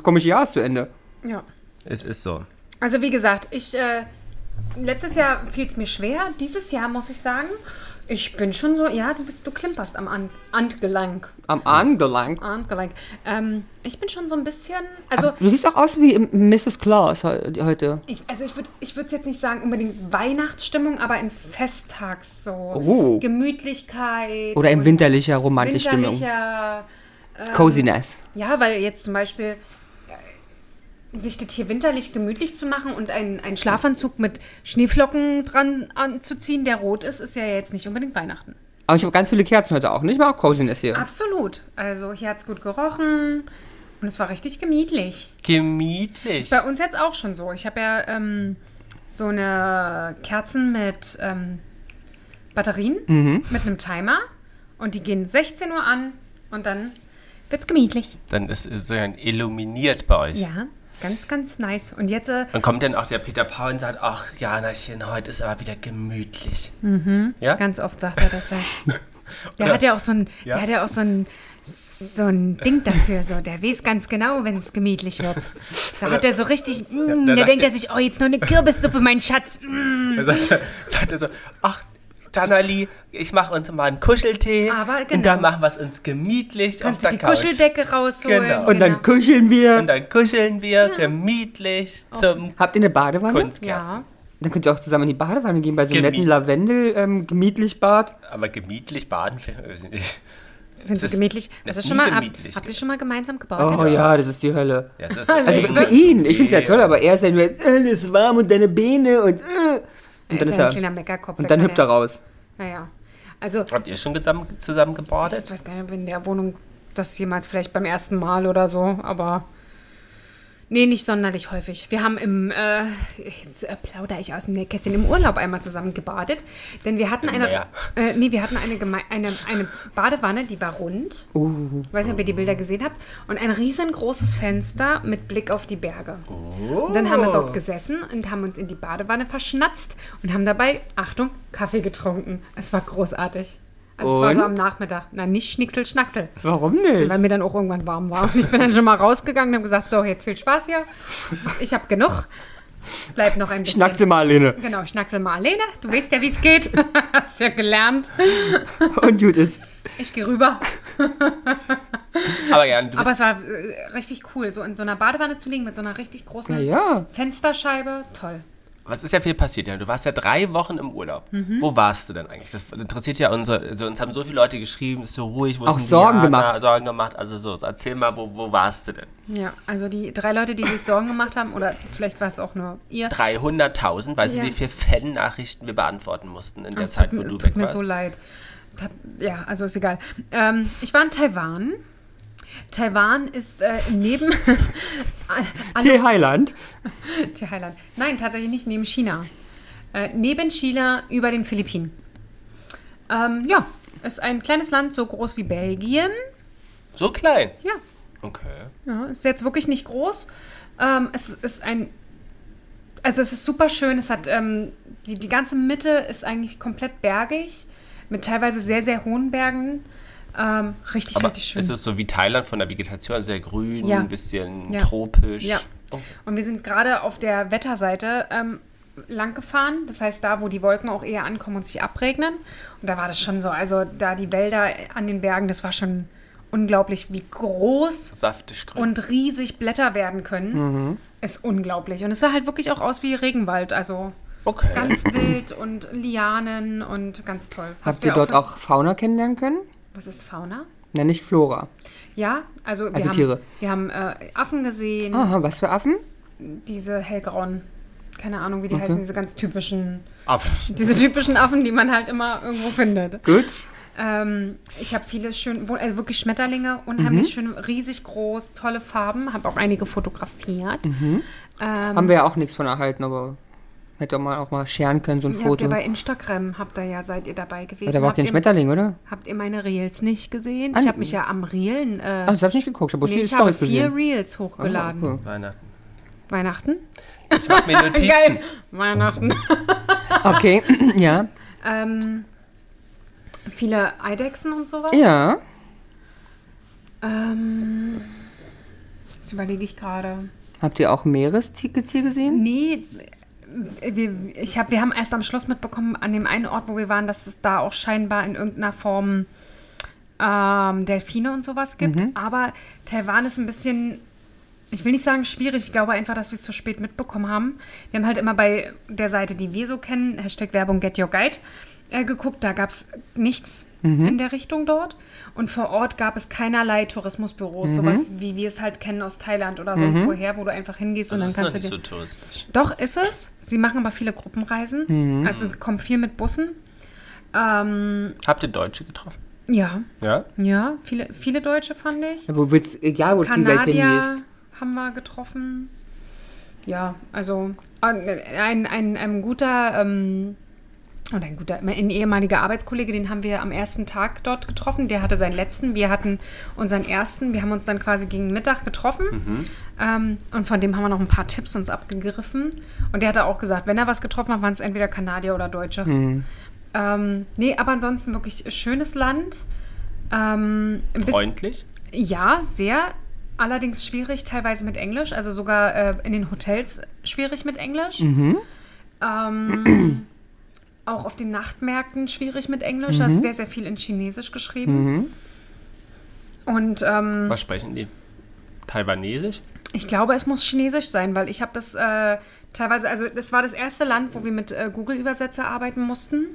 A: komische Jahr ist zu Ende.
B: Ja.
C: Es ist so.
B: Also wie gesagt, ich äh, letztes Jahr fiel es mir schwer. Dieses Jahr muss ich sagen, ich bin schon so, ja, du bist, du klimperst am An- Handgelenk.
A: Am Angelang.
B: Handgelenk. Ähm, ich bin schon so ein bisschen, also
A: Du siehst auch aus wie Mrs. Claus heu- heute.
B: ich, also ich würde ich würd's jetzt nicht sagen unbedingt Weihnachtsstimmung, aber in Festtags so
A: Oh.
B: Gemütlichkeit
A: Oder in
B: und
A: winterlicher, romantischer Stimmung.
B: winterlicher ähm,
A: Coziness.
B: Ja, weil jetzt zum Beispiel äh, sich das hier winterlich gemütlich zu machen und einen, einen Schlafanzug mit Schneeflocken dran anzuziehen, der rot ist, ist ja jetzt nicht unbedingt Weihnachten.
A: Aber ich habe ganz viele Kerzen heute auch. Nicht mal auch Coziness hier.
B: Absolut. Also hier hat es gut gerochen und es war richtig gemütlich.
C: Gemütlich.
B: Ist bei uns jetzt auch schon so. Ich habe ja ähm, so eine Kerzen mit ähm, Batterien,
C: Mhm.
B: mit einem Timer und die gehen 16 Uhr an und dann wird's gemütlich.
C: Dann ist es so ein illuminiert bei euch.
B: Ja, ganz, ganz nice. Und jetzt äh,
C: Dann kommt dann auch der Peter Paul und sagt: Ach, Janachen, heute ist aber wieder gemütlich.
B: Ganz oft sagt er das ja. Der
C: Oder-
B: hat ja auch so ein,
C: Ja?
B: der hat ja auch so ein, so ein Ding dafür, so. Der weiß ganz genau, wenn es gemütlich wird. Da hat er so richtig, mm,
C: da
B: da
C: sagt
B: denkt
C: er-
B: er sich, oh, jetzt noch eine Kürbissuppe, mein Schatz. Mm.
C: Dann sagt er, sagt er so: Ach, Janali, ich mache uns mal einen Kuscheltee.
B: Aber
C: Und
B: genau.
C: dann machen wir es uns gemütlich.
B: Kannst
C: auf
B: du die
C: der Couch.
B: Kuscheldecke rausholen?
C: Genau.
A: Und dann kuscheln
C: Und
A: wir.
C: dann kuscheln wir gemütlich zum
A: Habt ihr eine Badewanne?
C: Kunstkerzen.
B: ja.
A: Dann könnt ihr auch zusammen in die Badewanne gehen bei so einem
C: Gemü-
A: netten ähm, Lavendel-Gemütlich-Bad.
C: Aber gemütlich baden, weiß ich nicht.
B: Findest du
C: ist-
B: gemütlich?
C: das
B: Also
C: ist
B: schon mal,
C: nie
B: ab,
C: gemütlich.
B: habt ihr schon mal gemeinsam gebaut?
A: oh ja, das ist die Hölle.
C: Ja, das ist-
B: Also
A: Also
B: Nee,
A: für
B: das-
A: ihn, ich finde es ja
C: Nee.
A: toll, aber er ist ja nur, äh, das ist warm und deine Beine und äh. Und dann ist
B: ja ein kleiner
A: er.
B: Meckerkopf.
A: Und dann hüpft er raus.
B: Ja, ja. Also,
C: Habt ihr schon zusammen, zusammen gebordet?
B: ich weiß gar nicht, ob in der Wohnung das jemals vielleicht beim ersten Mal oder so, aber nee, nicht sonderlich häufig. Wir haben im, äh, jetzt äh, plaudere ich aus dem Nähkästchen, im Urlaub einmal zusammen gebadet, denn wir hatten eine,
C: Meer.
B: äh, nee, wir hatten eine, geme- eine, eine Badewanne, die war rund. Ich weiß nicht, ob ihr die Bilder gesehen habt. Und ein riesengroßes Fenster mit Blick auf die Berge. Und dann haben wir dort gesessen und haben uns in die Badewanne verschnatzt und haben dabei, Achtung, Kaffee getrunken. Es war großartig. Also es war so
A: Und?
B: am Nachmittag. Na, nicht Schnicksel, Schnacksel.
A: Warum nicht?
B: Weil mir dann auch irgendwann warm war. Und ich bin dann schon mal rausgegangen und habe gesagt, so, jetzt viel Spaß hier. Ich habe genug. Bleib noch ein bisschen.
A: Schnackse mal, Lene.
B: Genau, schnacksel mal alleine. Du weißt ja, wie es geht. Hast ja gelernt.
A: Und gut ist.
B: Ich gehe rüber.
C: Aber ja, du bist
B: Aber es war äh, richtig cool, so in so einer Badewanne zu liegen mit so einer richtig großen
A: Na ja.
B: Fensterscheibe. Toll.
C: Was ist ja viel passiert, ja. Du warst ja drei Wochen im Urlaub.
B: Mhm.
C: Wo warst du denn eigentlich? Das interessiert ja unsere. Also uns haben so viele Leute geschrieben, ist so ruhig, wo
A: Auch
C: ist denn
A: Sorgen
C: Diana?
A: gemacht.
C: Sorgen gemacht. Also so, erzähl mal, wo, wo warst du denn?
B: Ja, also die drei Leute, die sich Sorgen gemacht haben, oder vielleicht war es auch nur ihr.
C: 300.000, weißt
B: Ja.
C: du, wie viele Fan-Nachrichten wir beantworten mussten in der
B: Es
C: Zeit,
B: tut,
C: halt, wo
B: mir- es
C: du
B: tut
C: weg
B: mir
C: warst?
B: so leid. Das, ja, also ist egal. Ähm, ich war in Taiwan. Taiwan ist äh, neben
A: Tee Heiland.
B: Thailand. Nein, tatsächlich nicht neben China. Äh, neben China über den Philippinen. Ähm, ja, ist ein kleines Land, so groß wie Belgien.
C: so klein.
B: Ja,
C: Okay.
B: Ja, ist jetzt wirklich nicht groß. Ähm, es ist ein. Also, es ist super schön. Es hat. Ähm, die, die ganze Mitte ist eigentlich komplett bergig. Mit teilweise sehr, sehr hohen Bergen. Ähm, richtig,
C: Aber
B: richtig schön.
C: ist es so wie Thailand von der Vegetation, sehr grün,
B: Ja.
C: ein bisschen
B: Ja.
C: tropisch.
B: Ja.
C: Oh,
B: Und wir sind gerade auf der Wetterseite ähm, lang gefahren. Das heißt, da, wo die Wolken auch eher ankommen und sich abregnen. Und da war das schon so, also da die Wälder an den Bergen, das war schon unglaublich, wie groß
C: Saftig grün.
B: und riesig Blätter werden können.
A: Mhm.
B: Ist unglaublich. Und es sah halt wirklich auch aus wie Regenwald. Also
C: okay.
B: ganz wild und Lianen und ganz toll. Was
A: Habt ihr
B: wir
A: dort auch Fauna kennenlernen können?
B: Was ist Fauna?
A: Na, nicht Flora.
B: Ja, also wir
A: Also
B: haben,
A: Tiere. Ah.
B: Wir haben äh, Affen gesehen,
A: Aha, was für Affen?
B: diese hellgrauen, keine Ahnung, wie die heißen, diese ganz typischen,
C: Auf.
B: diese typischen Affen, die man halt immer irgendwo findet.
A: Gut.
B: Ähm, ich habe viele schöne, wo- äh, wirklich Schmetterlinge, unheimlich
A: Mhm.
B: schön, riesig groß, tolle Farben, habe auch einige fotografiert.
A: Mhm.
B: Ähm,
A: Haben wir ja auch nichts von erhalten, aber hätte man auch mal scheren können, so ein
B: ihr habt
A: Foto.
B: ja bei Instagram, habt ihr ja, seid ihr dabei gewesen.
A: da war auch
B: habt
A: kein
B: ihr-
A: Schmetterling, oder?
B: Habt ihr meine Reels nicht gesehen?
A: An-
B: Ich habe mich ja am Reelen, äh,
A: Ach, das habe ich nicht geguckt, ich habe bloß
B: nee,
A: viele
B: ich habe
A: Storys
B: vier
A: gesehen.
B: Reels hochgeladen.
A: Ah, okay.
C: Weihnachten.
B: Weihnachten?
C: Ich mach mir Notizen.
B: Geil, Weihnachten.
A: oh. Okay, ja.
B: Ähm, viele Eidechsen und sowas.
A: Ja.
B: Ähm, jetzt überlege ich gerade.
A: Habt ihr auch Meerestier gesehen?
B: Nee, wir, ich hab, wir haben erst am Schluss mitbekommen, an dem einen Ort, wo wir waren, dass es da auch scheinbar in irgendeiner Form ähm, Delfine und sowas gibt. Aber Taiwan ist ein bisschen, ich will nicht sagen schwierig, ich glaube einfach, dass wir es zu spät mitbekommen haben. Wir haben halt immer bei der Seite, die wir so kennen, Hashtag Werbung Get Your Guide, äh, geguckt. Da gab es nichts in der Richtung dort. Und vor Ort gab es keinerlei Tourismusbüros, sowas wie wir es halt kennen aus Thailand oder sonst woher, wo du einfach hingehst und
C: Das
B: dann
C: Also ist noch
B: kannst du
C: nicht
B: dir...
C: so touristisch.
B: Doch, ist es. Sie machen aber viele Gruppenreisen. Also kommen viel mit Bussen. Ähm,
C: Habt ihr Deutsche getroffen?
B: ja,
C: Ja.
B: ja, viele, viele Deutsche fand ich.
A: Ja, wo willst, egal, wo du die Welt
B: Kanadier
A: hingehst.
B: haben wir getroffen. Ja, also ein, ein, ein guter ähm, oder ein guter, ein ehemaliger Arbeitskollege, den haben wir am ersten Tag dort getroffen. Der hatte seinen letzten, wir hatten unseren ersten. Wir haben uns dann quasi gegen Mittag getroffen.
A: Mhm.
B: Ähm, und von dem haben wir noch ein paar Tipps uns abgegriffen. Und der hatte auch gesagt, wenn er was getroffen hat, waren es entweder Kanadier oder Deutsche.
A: Mhm.
B: Ähm, nee, aber ansonsten wirklich schönes Land. Ähm, ein bisschen-
C: Freundlich?
B: ja, sehr. Allerdings schwierig teilweise mit Englisch, also sogar äh, in den Hotels schwierig mit Englisch. Ähm, auch auf den Nachtmärkten schwierig mit Englisch. Da ist sehr, sehr viel in Chinesisch geschrieben. Und ähm,
C: Was sprechen die? Taiwanesisch?
B: ich glaube, es muss Chinesisch sein, weil ich habe das äh, teilweise, also das war das erste Land, wo wir mit äh, Google-Übersetzer arbeiten mussten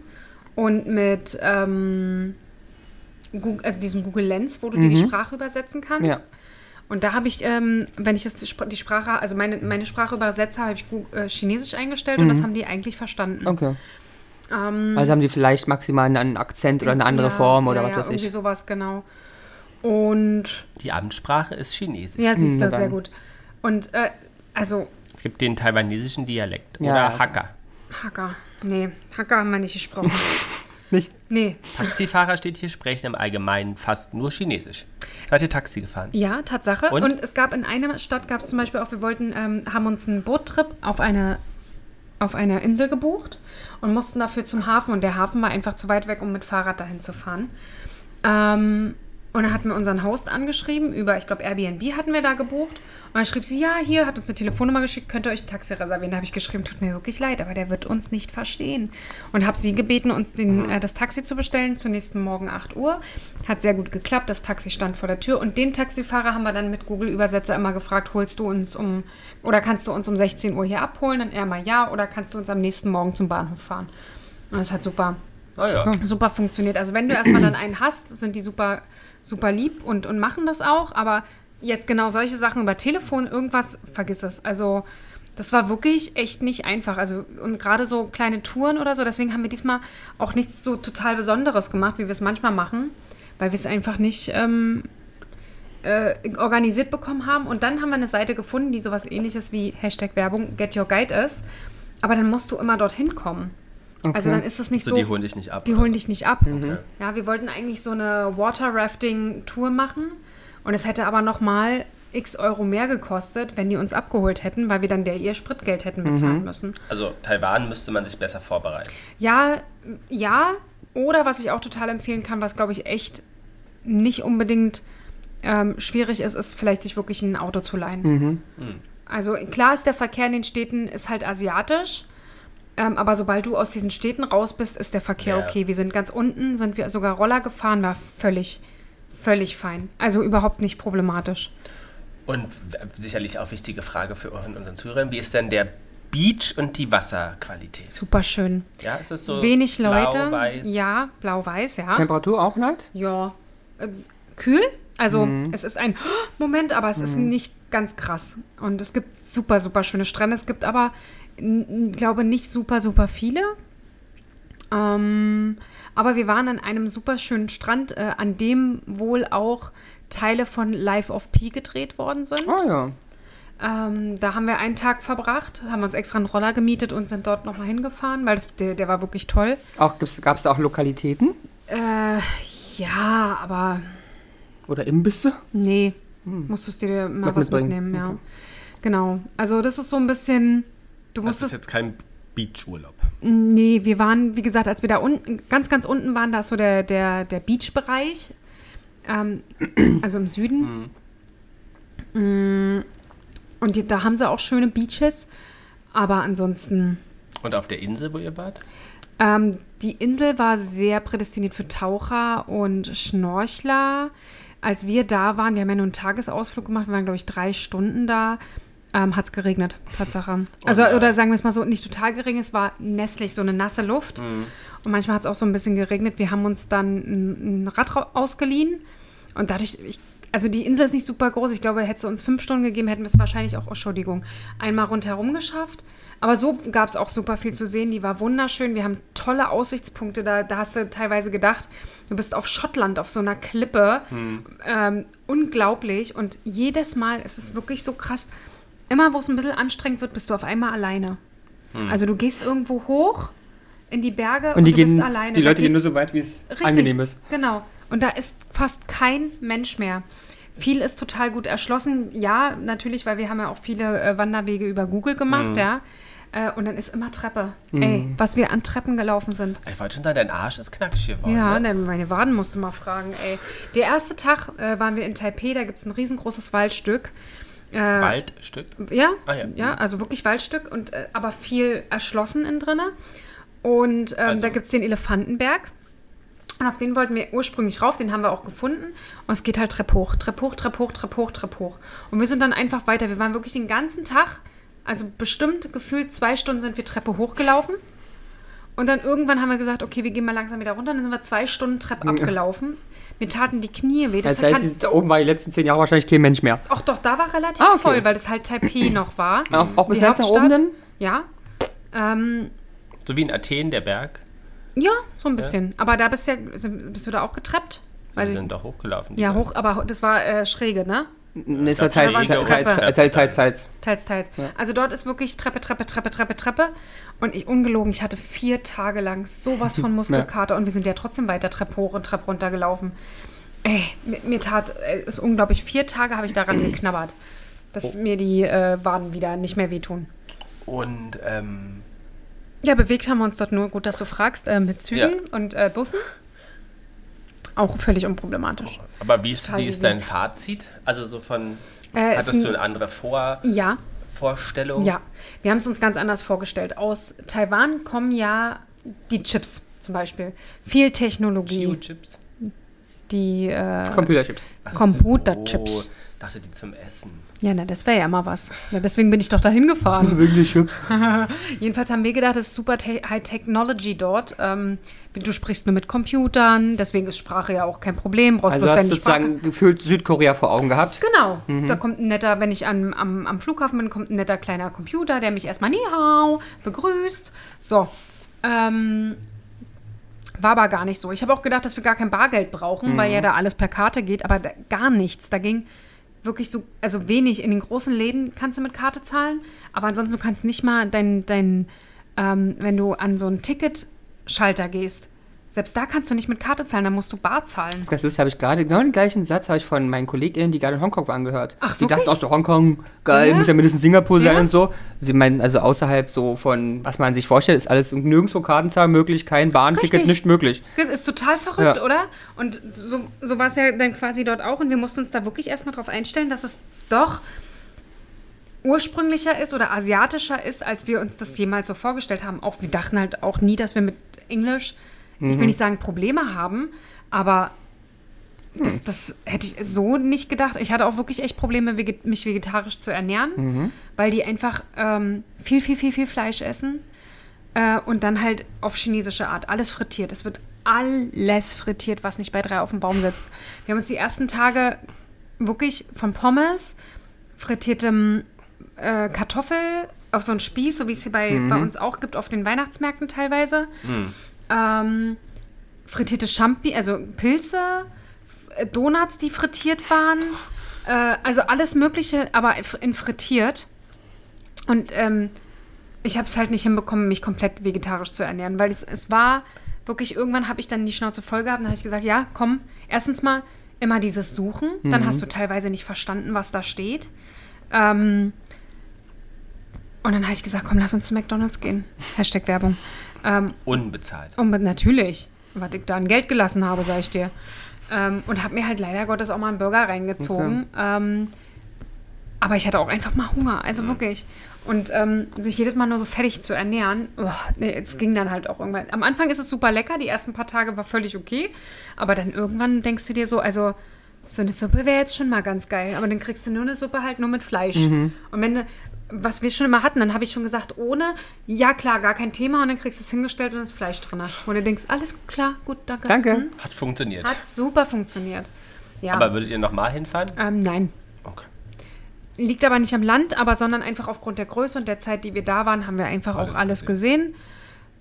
B: und mit ähm, Google, also diesem Google Lens, wo du dir die Sprache übersetzen kannst.
A: Mhm. Ja.
B: Und da habe ich, ähm, wenn ich das, Spr- die Sprache, also meine, meine Sprache übersetze, habe ich Gu- äh, Chinesisch eingestellt und das haben die eigentlich verstanden.
A: Mhm. Okay.
B: Ähm,
A: Also haben die vielleicht maximal einen Akzent oder eine andere
B: ja,
A: Form oder
B: ja,
A: was
B: ja,
A: weiß
B: irgendwie
A: ich.
B: sowas, genau. Und
C: Die Amtssprache ist Chinesisch.
B: ja, siehst du,
A: Mhm, dann.
B: sehr gut. Und äh, also
C: Es gibt den taiwanesischen Dialekt.
A: Ja.
C: Oder Hacker.
B: Hacker. Nee, Hacker haben wir nicht gesprochen.
A: Nicht?
B: Nee.
C: Taxifahrer steht hier, sprechen im Allgemeinen fast nur Chinesisch. Seid ihr Taxi gefahren?
B: Ja, Tatsache.
C: Und?
B: Und, es gab in einer Stadt, gab es zum Beispiel auch, wir wollten, ähm, haben uns einen Boottrip auf eine, auf eine Insel gebucht und mussten dafür zum Hafen. Und der Hafen war einfach zu weit weg, um mit Fahrrad dahin zu fahren. Ähm, und dann hatten wir unseren Host angeschrieben über, ich glaube, Airbnb hatten wir da gebucht. Und dann schrieb sie, ja, hier, hat uns eine Telefonnummer geschickt, könnt ihr euch ein Taxi reservieren. Da habe ich geschrieben, tut mir wirklich leid, aber der wird uns nicht verstehen. Und habe sie gebeten, uns den, äh, das Taxi zu bestellen, zum nächsten Morgen 8 Uhr. Hat sehr gut geklappt, das Taxi stand vor der Tür. Und den Taxifahrer haben wir dann mit Google-Übersetzer immer gefragt, holst du uns um, oder kannst du uns um 16 Uhr hier abholen? Und er mal, ja, oder kannst du uns am nächsten Morgen zum Bahnhof fahren? Und das hat super
C: Naja.
B: super funktioniert. Also wenn du erstmal dann einen hast, sind die super, super lieb und, und machen das auch. Aber jetzt genau solche Sachen über Telefon, irgendwas, vergiss es. Also das war wirklich echt nicht einfach. Also und gerade so kleine Touren oder so. Deswegen haben wir diesmal auch nichts so total Besonderes gemacht, wie wir es manchmal machen, weil wir es einfach nicht ähm, äh, organisiert bekommen haben. Und dann haben wir eine Seite gefunden, die sowas ähnliches wie Hashtag Werbung Get Your Guide ist. Aber dann musst du immer dorthin kommen. Also dann ist es nicht
C: So,
B: so.
C: die holen dich nicht ab.
B: Die holen dich nicht ab. Ja, wir wollten eigentlich so eine Water Rafting Tour machen und es hätte aber nochmal x Euro mehr gekostet, wenn die uns abgeholt hätten, weil wir dann der ihr Spritgeld hätten bezahlen müssen.
C: Also Taiwan müsste man sich besser vorbereiten.
B: Ja, ja, oder was ich auch total empfehlen kann, was glaube ich echt nicht unbedingt ähm, schwierig ist, ist vielleicht sich wirklich ein Auto zu leihen. Also klar ist der Verkehr in den Städten ist halt asiatisch, Ähm, aber sobald du aus diesen Städten raus bist, ist der Verkehr
C: Ja.
B: okay. Wir sind ganz unten, sind wir sogar Roller gefahren, war völlig, völlig fein. Also überhaupt nicht problematisch.
C: Und sicherlich auch wichtige Frage für euren- unseren Zuhörern: Wie ist denn der Beach und die Wasserqualität?
B: Super schön.
C: Ja, ist es so
B: Wenig
C: blau,
B: Leute.
C: weiß?
B: Ja, blau-weiß, ja.
A: Temperatur auch nicht?
B: Ja. Äh, Kühl? Also es ist ein Moment, aber es ist nicht ganz krass. Und es gibt super, super schöne Strände. Es gibt aber, n- n- glaube nicht super, super viele. Ähm, aber wir waren an einem super schönen Strand, äh, an dem wohl auch Teile von Life of P gedreht worden sind.
A: Oh ja.
B: Ähm, da haben wir einen Tag verbracht, haben uns extra einen Roller gemietet und sind dort nochmal hingefahren, weil das, der, der war wirklich toll.
A: Auch gab es da auch Lokalitäten
B: Äh, ja, aber
A: oder Imbisse?
B: Nee,
F: Hm.
B: musstest du dir mal
A: Was
B: was
A: mitbringen.
B: mitnehmen, ja. Genau. Also das ist so ein bisschen. Du
F: Das ist
B: musstest.
F: jetzt kein Beachurlaub.
B: Nee, wir waren, wie gesagt, als wir da unten, ganz, ganz unten waren, da ist so der, der, der Beach-Bereich. Ähm, also im Süden.
F: Hm.
B: Mm, Und die, da haben sie auch schöne Beaches. Aber ansonsten.
C: Und auf der Insel, wo ihr wart?
B: Ähm, die Insel war sehr prädestiniert für Taucher und Schnorchler. Als wir da waren, wir haben ja nur einen Tagesausflug gemacht, wir waren, glaube ich, drei Stunden da, ähm, hat es geregnet, Tatsache. Also,
C: nein.
B: oder sagen wir es mal so, nicht total gering, es war nässlich, so eine nasse Luft. Und manchmal hat es auch so ein bisschen geregnet. Wir haben uns dann ein, ein Rad ra- ausgeliehen und dadurch, ich, also die Insel ist nicht super groß. Ich glaube, hätte es uns fünf Stunden gegeben, hätten wir es wahrscheinlich auch, oh, Entschuldigung, einmal rundherum geschafft. Aber so gab es auch super viel zu sehen. Die war wunderschön. Wir haben tolle Aussichtspunkte. Da, da hast du teilweise gedacht, du bist auf Schottland, auf so einer Klippe. Ähm, unglaublich. Und jedes Mal ist es wirklich so krass. Immer, wo es ein bisschen anstrengend wird, bist du auf einmal alleine. Also du gehst irgendwo hoch in die Berge und,
A: Hm. Und die,
B: du
A: gehen,
B: bist alleine.
A: die
B: Da
A: Leute
B: geht-
A: gehen nur so weit, wie es
B: Richtig,
A: angenehm ist.
B: Genau. Und da ist fast kein Mensch mehr. Viel ist total gut erschlossen. Ja, natürlich, weil wir haben ja auch viele äh, Wanderwege über Google
A: Hm.
B: gemacht, ja. Äh, und dann ist immer Treppe. Ey, was wir an Treppen gelaufen sind.
C: Ich wollte schon sagen, dein Arsch ist knackig geworden.
B: Ja,
C: ne?
B: dann meine Waden musst du mal fragen, ey. Der erste Tag äh, waren wir in Taipei, da gibt es ein riesengroßes Waldstück. Äh,
C: Waldstück.
B: ja,
C: Ah, ja.
B: ja. also wirklich Waldstück und äh, aber viel erschlossen innen drinne. Und ähm,
C: Also-
B: da gibt es den Elefantenberg. Und auf den wollten wir ursprünglich rauf, den haben wir auch gefunden. Und es geht halt Trepp hoch, Trepp hoch, Trepp hoch, Trepp hoch, Trepp hoch. Und wir sind dann einfach weiter. Wir waren wirklich den ganzen Tag, also bestimmt gefühlt zwei Stunden sind wir Treppe hochgelaufen. Und dann irgendwann haben wir gesagt, okay, wir gehen mal langsam wieder runter. Und dann sind wir zwei Stunden Trepp abgelaufen. Mir taten die Knie weh.
A: Das,
B: kann-
A: heißt, die- da oben war die letzten zehn Jahre wahrscheinlich kein Mensch mehr.
B: Ach doch, da war relativ
A: Ah, okay. Ah,
B: voll, weil das halt Taipei noch war.
A: Auch- auch bis
B: Die
A: ganz nach oben
B: Hauptstadt.
A: dann?
B: Ja. Ähm,
C: So wie in Athen, der Berg.
B: ja, so ein bisschen. Aber da bist, ja, sind- bist du da auch getreppt? Weiß
C: wir
B: ich.
C: sind doch hochgelaufen. die
B: Also Ja,
C: Berge.
B: hoch, aber ho- das war äh, schräge, ne?
A: Das war teils,
C: Treppe.
A: teils, teils, teils, teils, teils.
B: Teils, teils. Also dort ist wirklich Treppe, Treppe, Treppe, Treppe, Treppe. Und ich, ungelogen, ich hatte vier Tage lang sowas von Muskelkater und wir sind ja trotzdem weiter Treppe hoch und Treppe runter gelaufen. Ey, mir, mir tat äh, es unglaublich. Vier Tage habe ich daran geknabbert, dass
C: Oh.
B: mir die äh, Waden wieder nicht mehr wehtun.
C: Und ähm,
B: Ja, bewegt haben wir uns dort nur, gut, dass du fragst, äh, mit Zügen und äh, Bussen. Auch völlig unproblematisch.
C: aber wie ist,
B: Total
C: wie ist
B: easy.
C: dein Fazit? Also so von
B: Äh, ist
C: hattest du Oh.
B: ein-
C: eine andere Vor
B: Ja,
C: Vorstellung?
B: ja. Wir haben es uns ganz anders vorgestellt. Aus Taiwan kommen ja die Chips zum Beispiel. Viel Technologie,
C: Chips.
B: die äh,
A: Computerchips.
B: Computerchips.
C: Oh, dachte die zum Essen.
B: Ja, na, das wäre ja mal was. Na, deswegen bin ich doch dahin gefahren.
A: Wegen die Chips.
B: Jedenfalls haben wir gedacht, es ist super te High Technology dort. Ähm, du sprichst nur mit Computern, deswegen ist Sprache ja auch kein Problem. Brauchst
A: Also
B: bloß
A: hast
B: deine Sprache-
A: sozusagen gefühlt Südkorea vor Augen gehabt.
B: Genau, da kommt ein netter, wenn ich am, am, am Flughafen bin, kommt ein netter kleiner Computer, der mich erstmal Ni hao begrüßt. So, ähm, war aber gar nicht so. Ich habe auch gedacht, dass wir gar kein Bargeld brauchen, weil ja da alles per Karte geht, aber da, gar nichts. Da ging wirklich so, also wenig. In den großen Läden kannst du mit Karte zahlen, aber ansonsten du kannst nicht mal dein, dein ähm, wenn du an so einen Ticketschalter gehst, selbst da kannst du nicht mit Karte zahlen, da musst du bar zahlen.
A: Das ist ganz lustig, habe ich gerade genau den gleichen Satz habe ich von meinen KollegInnen, die gerade in Hongkong waren, gehört.
B: Ach,
A: die dachten
B: wirklich?
A: auch so, Hongkong, geil,
B: Ja.
A: muss ja mindestens Singapur sein
B: Ja.
A: und so. Sie meinen also außerhalb so von, was man sich vorstellt, ist alles nirgendwo Kartenzahl möglich, kein Bahnticket,
B: Richtig.
A: nicht möglich.
B: Ist total verrückt,
A: Ja.
B: oder? Und so, so war es ja dann quasi dort auch. Und wir mussten uns da wirklich erstmal drauf einstellen, dass es doch ursprünglicher ist oder asiatischer ist, als wir uns das jemals so vorgestellt haben. Auch wir dachten halt auch nie, dass wir mit Englisch, ich will nicht sagen Probleme haben, aber das, das hätte ich so nicht gedacht. Ich hatte auch wirklich echt Probleme, vege- mich vegetarisch zu ernähren, weil die einfach ähm, viel, viel, viel, viel Fleisch essen äh, und dann halt auf chinesische Art alles frittiert. Es wird alles frittiert, was nicht bei drei auf dem Baum sitzt. Wir haben uns die ersten Tage wirklich von Pommes, frittiertem äh, Kartoffel auf so einen Spieß, so wie es hier bei, bei uns auch gibt, auf den Weihnachtsmärkten teilweise. Ähm, frittierte Champi, also Pilze, äh, Donuts, die frittiert waren. Äh, also alles Mögliche, aber in frittiert. Und ähm, ich habe es halt nicht hinbekommen, mich komplett vegetarisch zu ernähren, weil es, es war wirklich, irgendwann habe ich dann die Schnauze voll gehabt und habe ich gesagt, ja, komm, erstens mal immer dieses Suchen, dann hast du teilweise nicht verstanden, was da steht. Ähm, und dann habe ich gesagt, komm, lass uns zu McDonalds gehen. Hashtag Werbung. Ähm,
C: Unbezahlt.
B: und mit- natürlich, was ich da an Geld gelassen habe, sag ich dir. Ähm, und habe mir halt leider Gottes auch mal einen Burger reingezogen. Ähm, aber ich hatte auch einfach mal Hunger, also wirklich. Und ähm, sich jedes Mal nur so fertig zu ernähren, oh, nee, es ging dann halt auch irgendwann. Am Anfang ist es super lecker, die ersten paar Tage war völlig okay. Aber dann irgendwann denkst du dir so, also so eine Suppe wäre jetzt schon mal ganz geil. Aber dann kriegst du nur eine Suppe halt nur mit Fleisch. Und wenn du, was wir schon immer hatten, dann habe ich schon gesagt, ohne, ja klar, gar kein Thema. Und dann kriegst du es hingestellt und das Fleisch drin. Und du denkst, alles klar, gut, danke.
A: Danke.
B: Hm,
C: Hat funktioniert.
B: Hat super funktioniert. Ja.
C: Aber würdet ihr nochmal hinfahren?
B: ähm, nein.
C: Okay.
B: Liegt aber nicht am Land, aber sondern einfach aufgrund der Größe und der Zeit, die wir da waren, haben wir einfach
C: Alles
B: auch alles gesehen.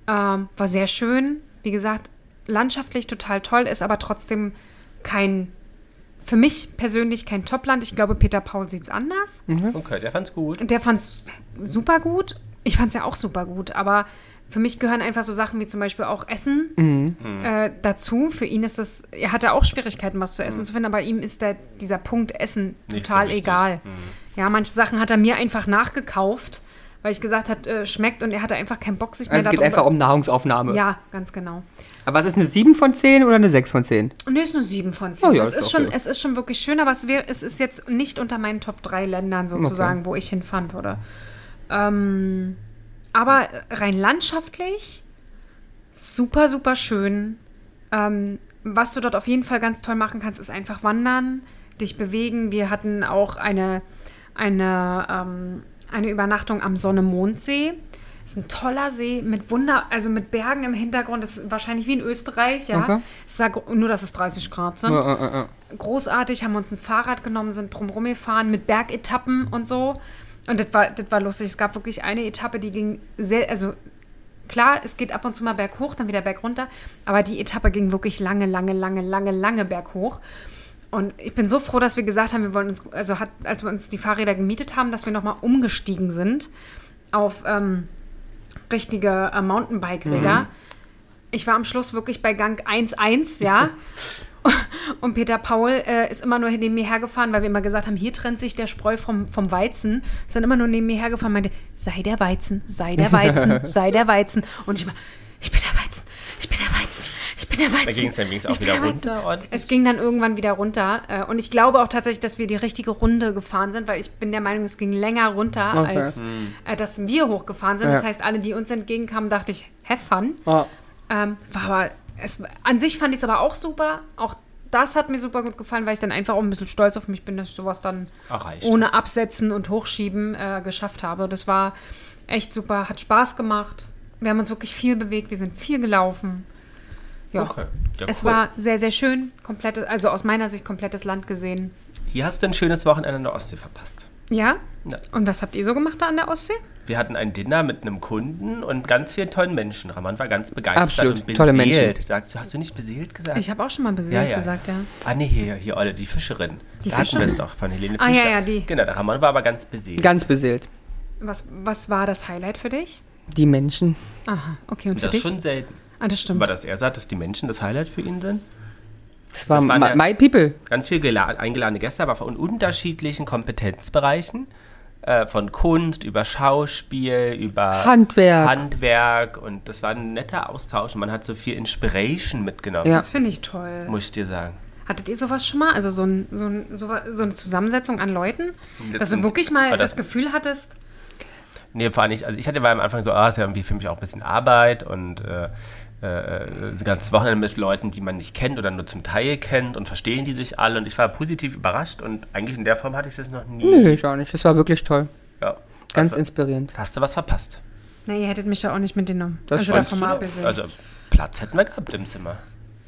B: Ähm, war sehr schön. Wie gesagt, landschaftlich total toll, ist aber trotzdem kein, für mich persönlich kein Topland. Ich glaube, Peter Paul sieht es anders.
C: Ne? Okay, der fand's gut.
B: Der fand es super gut. Ich fand es ja auch super gut, aber für mich gehören einfach so Sachen wie zum Beispiel auch Essen
A: Mhm.
B: äh, dazu. Für ihn ist das, er hatte auch Schwierigkeiten, was zu essen zu finden, aber ihm ist der, dieser Punkt Essen
C: Mhm. Nicht so
B: total
C: wichtig. Mhm.
B: egal. Ja, manche Sachen hat er mir einfach nachgekauft, weil ich gesagt habe, äh, schmeckt und er hatte einfach keinen Bock, sich mehr
A: Also es geht
B: darüber-
A: einfach um Nahrungsaufnahme.
B: Ja, ganz genau.
A: Aber es ist eine 7 von 10 oder eine 6 von 10?
B: Nee, ist nur sieben von zehn.
A: Oh ja,
B: es,
A: ist
B: ist
A: auch
B: schon,
A: okay.
B: es ist schon wirklich schön, aber es, wär, es ist jetzt nicht unter meinen Top 3 Ländern sozusagen, wo ich hinfahren würde. Ähm, aber rein landschaftlich super, super schön. Ähm, was du dort auf jeden Fall ganz toll machen kannst, ist einfach wandern, dich bewegen. Wir hatten auch eine, eine, ähm, eine Übernachtung am Sonne-Mondsee. Ist ein toller See mit Wunder, also mit Bergen im Hintergrund. Das ist wahrscheinlich wie in Österreich, ja.
A: Okay.
B: Es sah, gro- nur, dass es 30 Grad sind.
A: Äh, äh, äh.
B: Großartig, haben uns ein Fahrrad genommen, sind drumherum gefahren mit Bergetappen und so. Und das war, das war lustig. Es gab wirklich eine Etappe, die ging sehr, also klar, es geht ab und zu mal berghoch, dann wieder bergunter. Aber die Etappe ging wirklich lange, lange, lange, lange, lange berghoch. Und ich bin so froh, dass wir gesagt haben, wir wollen uns, also hat, als wir uns die Fahrräder gemietet haben, dass wir nochmal umgestiegen sind auf ähm, richtige äh, Mountainbike-Räder.
C: Mhm.
B: Ich war am Schluss wirklich bei Gang 1-1, ja. Und Peter Paul äh, ist immer nur neben mir hergefahren, weil wir immer gesagt haben, hier trennt sich der Spreu vom, vom Weizen. Ist dann immer nur neben mir hergefahren und meinte, sei der Weizen, sei der Weizen, sei der Weizen. Und ich immer, ich bin der Weizen, ich bin der Weizen, ich bin der Weizen.
C: ging's dann ging's auch
B: ich bin
C: wieder
B: der Weizen.
C: runter ordentlich.
B: Es ging dann irgendwann wieder runter. äh, Und ich glaube auch tatsächlich, dass wir die richtige Runde gefahren sind, weil ich bin der Meinung, es ging länger runter,
A: Okay.
B: als
C: Hm.
B: äh, dass wir hochgefahren sind.
A: Ja.
B: Das heißt, alle, die uns entgegenkamen, dachte ich, have fun.
A: Ah.
B: Ähm, war aber, es, an sich fand ich es aber auch super. Auch das hat mir super gut gefallen, weil ich dann einfach auch ein bisschen stolz auf mich bin, dass ich sowas dann
C: Erreicht
B: ohne
C: hast.
B: Absetzen und Hochschieben äh, geschafft habe. Das war echt super, hat Spaß gemacht. Wir haben uns wirklich viel bewegt, wir sind viel gelaufen. Ja.
C: Okay. Ja,
B: Es
C: cool.
B: war sehr, sehr schön. Komplettes, also aus meiner Sicht komplettes Land gesehen.
C: Hier hast du ein schönes Wochenende an der Ostsee verpasst.
B: Ja?
C: Ja.
B: Und was habt ihr so gemacht da an der Ostsee?
C: Wir hatten ein Dinner mit einem Kunden und ganz vielen tollen Menschen. Raman war ganz begeistert
A: Absolut,
C: und beseelt.
A: tolle Menschen.
C: Sagst du, hast du nicht beseelt gesagt?
B: Ich habe auch schon mal beseelt gesagt, ja.
C: Ah, nee, hier, hier, Olle, die Fischerin.
B: Die
C: da hatten wir es
B: Fischerin?
C: doch, von Helene
B: Ah,
C: Fischer.
B: ja, ja, die.
C: Genau, der Raman war aber ganz beseelt.
A: Ganz beseelt.
B: Was, was war das Highlight für dich?
A: Die Menschen.
B: Aha, okay, und für
C: das ist
B: dich?
C: schon selten.
B: ah, das stimmt.
C: War das er sagt, dass die Menschen das Highlight für ihn sind?
A: Das war
C: Das waren
A: my,
C: ja-
A: my People.
C: Ganz viel gela- eingeladene Gäste, aber von unterschiedlichen Kompetenzbereichen. Äh, von Kunst über Schauspiel, über
A: Handwerk.
C: Handwerk. Und das war ein netter Austausch. Man hat so viel Inspiration mitgenommen,
A: Ja.
B: Das finde ich toll.
C: muss ich dir sagen.
B: Hattet ihr sowas schon mal? Also so, ein, so, ein, so, so eine Zusammensetzung an Leuten? Dass du wirklich mal
C: Oder-
B: das Gefühl hattest,
C: Nee, vor allem nicht. Also ich hatte war am Anfang so, ah, ist ja irgendwie für mich auch ein bisschen Arbeit und äh, äh, ein ganzes Wochenende mit Leuten, die man nicht kennt oder nur zum Teil kennt und verstehen die sich alle. Und ich war positiv überrascht und eigentlich in der Form hatte ich das noch nie.
A: Nö, ich auch nicht. Das war wirklich toll.
C: Ja.
A: Ganz
C: also,
A: inspirierend.
C: Hast du was verpasst?
B: na, ihr hättet mich ja auch nicht mitgenommen.
A: Das
B: also
A: stimmt.
B: davon mal abgesehen.
C: Also Platz hätten wir gehabt im Zimmer.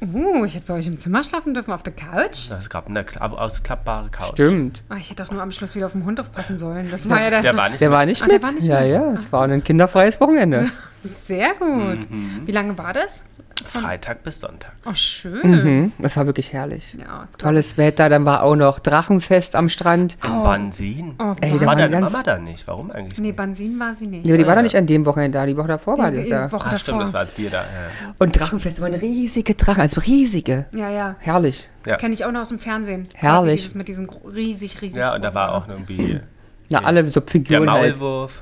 B: uh, ich hätte bei euch im Zimmer schlafen dürfen, auf der Couch?
C: Es gab eine kla- ausklappbare Couch.
A: Stimmt.
B: Oh, ich hätte doch nur am Schluss wieder auf den Hund aufpassen sollen. Das war ja der,
C: Der war nicht.
A: Der war nicht
B: Ah, der
A: mit.
B: war nicht
A: ja,
B: mit. Ah.
A: ja, es war ein kinderfreies Wochenende.
B: Sehr gut. Wie lange war das?
C: Freitag bis Sonntag.
B: Oh, schön.
A: Mhm. Das war wirklich herrlich.
B: Ja, jetzt glaub ich-
A: Tolles Wetter, dann war auch noch Drachenfest am Strand.
C: In Bansin.
A: Ey,
B: Oh,
A: da
B: Wahnsinn.
C: war
A: waren
C: deine
A: ganz-
C: Mama da nicht? Warum eigentlich?
B: Nee,
C: nicht?
B: Bansin war sie nicht. Äh,
A: Ja, die war doch nicht an dem Wochenende da, die Woche davor war die
B: die
A: da.
B: Woche
C: Ah,
B: davor.
C: stimmt, das war als wir da. Ja.
A: Und Drachenfest waren riesige Drachen, also riesige.
B: Ja, ja.
A: Herrlich.
C: Ja.
B: Kenne ich auch noch aus dem Fernsehen.
A: Herrlich.
B: Quasi Dieses mit diesen gro- riesig, riesig
C: ja, und da
B: großen
C: war auch
B: Drachen.
C: irgendwie
A: Na, alle so
C: der
A: Figuren halt.
C: Maulwurf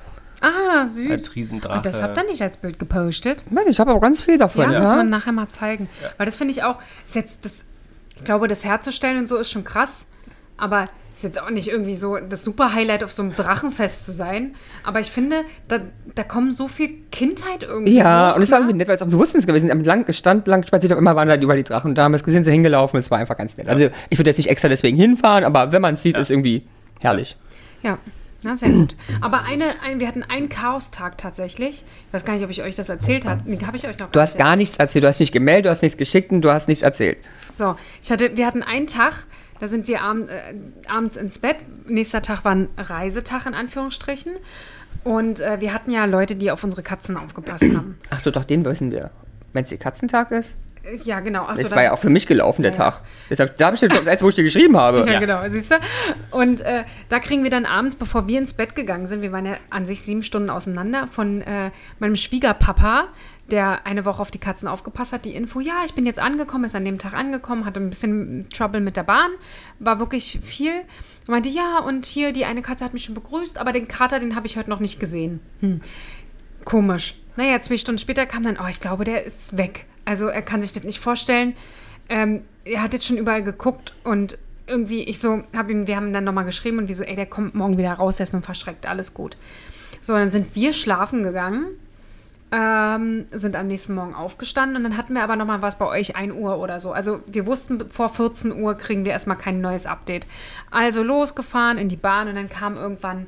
B: Ah, süß.
C: als Riesendrache.
B: und das habt ihr nicht als Bild gepostet?
A: Mensch, Ich habe auch ganz viel
B: Ja,
A: davon. ne?
B: muss
A: Ja,
B: man nachher mal zeigen. Weil das finde ich auch, ist jetzt das, ich glaube, das herzustellen und so ist schon krass, aber ist jetzt auch nicht irgendwie so das super Highlight auf so einem Drachenfest zu sein. Aber ich finde, da, da kommen so viel Kindheit irgendwie.
A: ja
B: hoch,
A: und es war
B: ne?
A: irgendwie nett, weil es- wir wussten es gewesen. Am lang stand, lang spaziert, auf einmal waren da über die Drachen. Da haben wir es gesehen, sind hingelaufen. Es war einfach ganz nett. Also ich würde jetzt nicht extra deswegen hinfahren, aber wenn man es sieht, ist irgendwie herrlich.
B: Ja, na sehr gut. Aber eine, ein, wir hatten einen Chaostag tatsächlich. Ich weiß gar nicht, ob ich euch das erzählt habe. Nee, habe ich euch noch
A: Du hast
B: nicht
A: gar nichts erzählt, du hast nicht gemeldet, du hast nichts geschickt und du hast nichts erzählt.
B: So, ich hatte, wir hatten einen Tag, da sind wir abend, äh, abends ins Bett. Nächster Tag war ein Reisetag in Anführungsstrichen. Und äh, wir hatten ja Leute, die auf unsere Katzen aufgepasst haben.
A: Ach so, doch, den wissen wir. Wenn es ihr Katzentag ist.
B: Äh, Ja, genau. Ach so,
A: Das
B: dann
A: war ja
B: ist-
A: auch für mich gelaufen, der
B: Ja, ja.
A: Tag. Deshalb, da habe ich dir doch- als wo ich dir geschrieben habe.
B: Ja, genau, siehst du? Und äh, da kriegen wir dann abends, bevor wir ins Bett gegangen sind, wir waren ja an sich sieben Stunden auseinander, von äh, meinem Schwiegerpapa, der eine Woche auf die Katzen aufgepasst hat, die Info, ja, ich bin jetzt angekommen, ist an dem Tag angekommen, hatte ein bisschen Trouble mit der Bahn, war wirklich viel. Und meinte, ja, und hier, die eine Katze hat mich schon begrüßt, aber den Kater, den habe ich heute noch nicht gesehen. Hm. Komisch. Naja, zwei Stunden später kam dann, oh, ich glaube, der ist weg. Also er kann sich das nicht vorstellen. Ähm, er hat jetzt schon überall geguckt und irgendwie, ich so, hab ihm, wir haben dann nochmal geschrieben und wir so, ey, der kommt morgen wieder raus, der ist nun verschreckt, alles gut. So, dann sind wir schlafen gegangen, ähm, sind am nächsten Morgen aufgestanden und dann hatten wir aber nochmal was bei euch, 1 Uhr oder so. Also wir wussten, vor 14 Uhr kriegen wir erstmal kein neues Update. Also losgefahren in die Bahn und dann kam irgendwann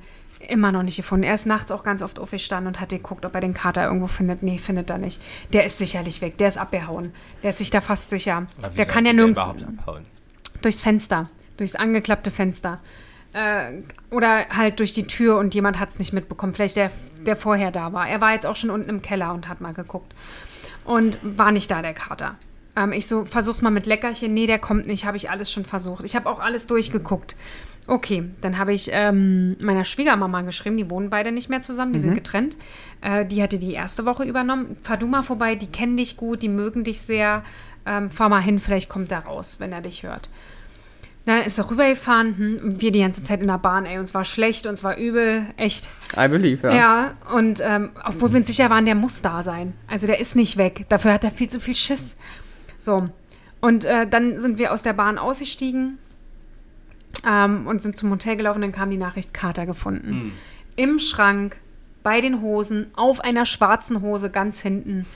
B: immer noch nicht gefunden. Er ist nachts auch ganz oft aufgestanden und hat geguckt, ob er den Kater irgendwo findet. Nee, findet er nicht. Der ist sicherlich weg, der ist abgehauen. Der ist sich da fast sicher.
C: Aber wie
B: der
C: sollten
B: kann ja
C: die
B: nirgends
C: überhaupt abhauen?
B: durchs Fenster, durchs angeklappte Fenster. Äh, oder halt durch die Tür und jemand hat es nicht mitbekommen. Vielleicht der, der vorher da war. Er war jetzt auch schon unten im Keller und hat mal geguckt. Und war nicht da, der Kater. Ähm, ich so, versuch's mal mit Leckerchen. Nee, der kommt nicht, habe ich alles schon versucht. Ich habe auch alles durchgeguckt. Okay, dann habe ich ähm, meiner Schwiegermama geschrieben, die wohnen beide nicht mehr zusammen, die sind getrennt. Äh, die hatte die erste Woche übernommen. Fahr du mal vorbei, die kennen dich gut, die mögen dich sehr. Ähm, fahr mal hin, vielleicht kommt er raus, wenn er dich hört. Dann ist er rübergefahren, hm, und wir die ganze Zeit in der Bahn, ey, uns war schlecht, uns war übel, echt.
A: I believe, ja.
B: Ja, und ähm, obwohl wir uns sicher waren, der muss da sein. Also der ist nicht weg. Dafür hat er viel zu viel Schiss. So, und äh, dann sind wir aus der Bahn ausgestiegen ähm, und sind zum Hotel gelaufen. Dann kam die Nachricht, Kater gefunden. Im Schrank, bei den Hosen, auf einer schwarzen Hose, ganz hinten.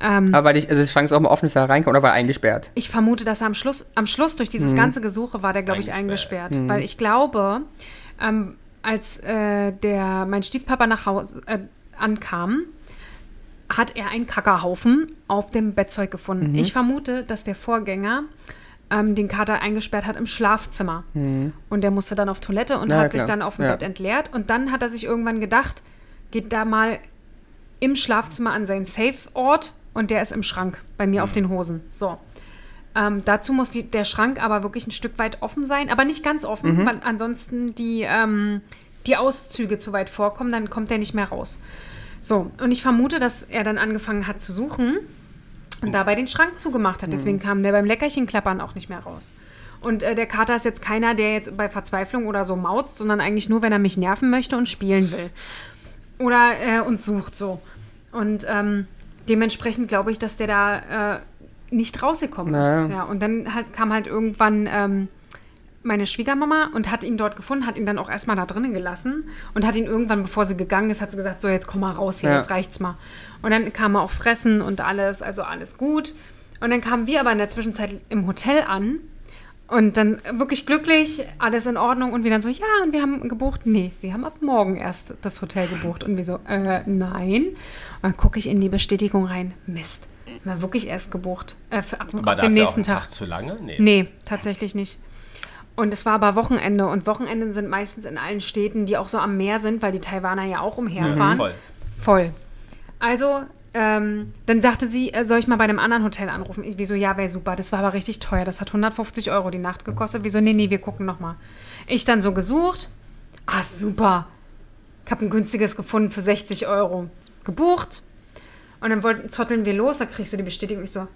A: Aber weil ich, also das Schrank ist auch mal offen, dass er reinkommt oder war er eingesperrt?
B: Ich vermute, dass er am Schluss, am Schluss durch dieses ganze Gesuche war der, glaube ich,
C: Eingesperrt.
B: eingesperrt. Weil ich glaube, ähm, als äh, der, mein Stiefpapa nach Hause äh, ankam, hat er einen Kackerhaufen auf dem Bettzeug gefunden.
A: Mhm.
B: Ich vermute, dass der Vorgänger ähm, den Kater eingesperrt hat im Schlafzimmer. Und der musste dann auf Toilette und
A: Mhm. Na,
E: ja,
B: hat sich
A: klar.
B: dann auf dem
A: Ja.
B: Bett entleert. Und dann hat er sich irgendwann gedacht, geht da mal im Schlafzimmer an seinen Safe-Ort und der ist im Schrank bei mir auf
A: Mhm.
B: den Hosen. So. Ähm, dazu muss die, der Schrank aber wirklich ein Stück weit offen sein, aber nicht ganz offen,
A: Mhm.
B: weil ansonsten die, ähm, die Auszüge zu weit vorkommen, dann kommt der nicht mehr raus. So, und ich vermute, dass er dann angefangen hat zu suchen und dabei den Schrank zugemacht hat. Deswegen kam der beim Leckerchenklappern auch nicht mehr raus. Und äh, der Kater ist jetzt keiner, der jetzt bei Verzweiflung oder so mauzt, sondern eigentlich nur, wenn er mich nerven möchte und spielen will. Oder äh, uns sucht so. Und ähm, dementsprechend glaube ich, dass der da äh, nicht rausgekommen
A: Naja.
B: ist. Ja, und dann halt, kam halt irgendwann ähm, meine Schwiegermama und hat ihn dort gefunden, hat ihn dann auch erstmal da drinnen gelassen und hat ihn irgendwann, bevor sie gegangen ist, hat sie gesagt, so jetzt komm mal raus hier,
A: Ja.
B: jetzt reicht's mal. Und dann kam er auch fressen und alles, also alles gut. Und dann kamen wir aber in der Zwischenzeit im Hotel an und dann wirklich glücklich, alles in Ordnung und wir dann so, ja, und wir haben gebucht. Nee, sie haben ab morgen erst das Hotel gebucht. Und wir so, äh, nein. Und dann gucke ich in die Bestätigung rein. Mist, haben wir wirklich erst gebucht. Äh, für, ab,
C: Aber
B: ab
C: dafür
B: dem
C: auch
B: nächsten
C: einen
B: Tag.
C: Tag zu lange? Nee.
B: Nee, tatsächlich nicht. Und es war aber Wochenende und Wochenenden sind meistens in allen Städten, die auch so am Meer sind, weil die Taiwaner ja auch umherfahren.
C: Voll.
B: Voll. Also, ähm, dann sagte sie, äh, soll ich mal bei einem anderen Hotel anrufen? Ich, wieso, ja, wäre super. Das war aber richtig teuer. Das hat 150 Euro die Nacht gekostet. Wieso, nee, nee, wir gucken nochmal. Ich dann so gesucht. Ah, super. Ich habe ein günstiges gefunden für 60 Euro. Gebucht. Und dann wollten, zotteln wir los. Da kriegst du die Bestätigung. Ich so,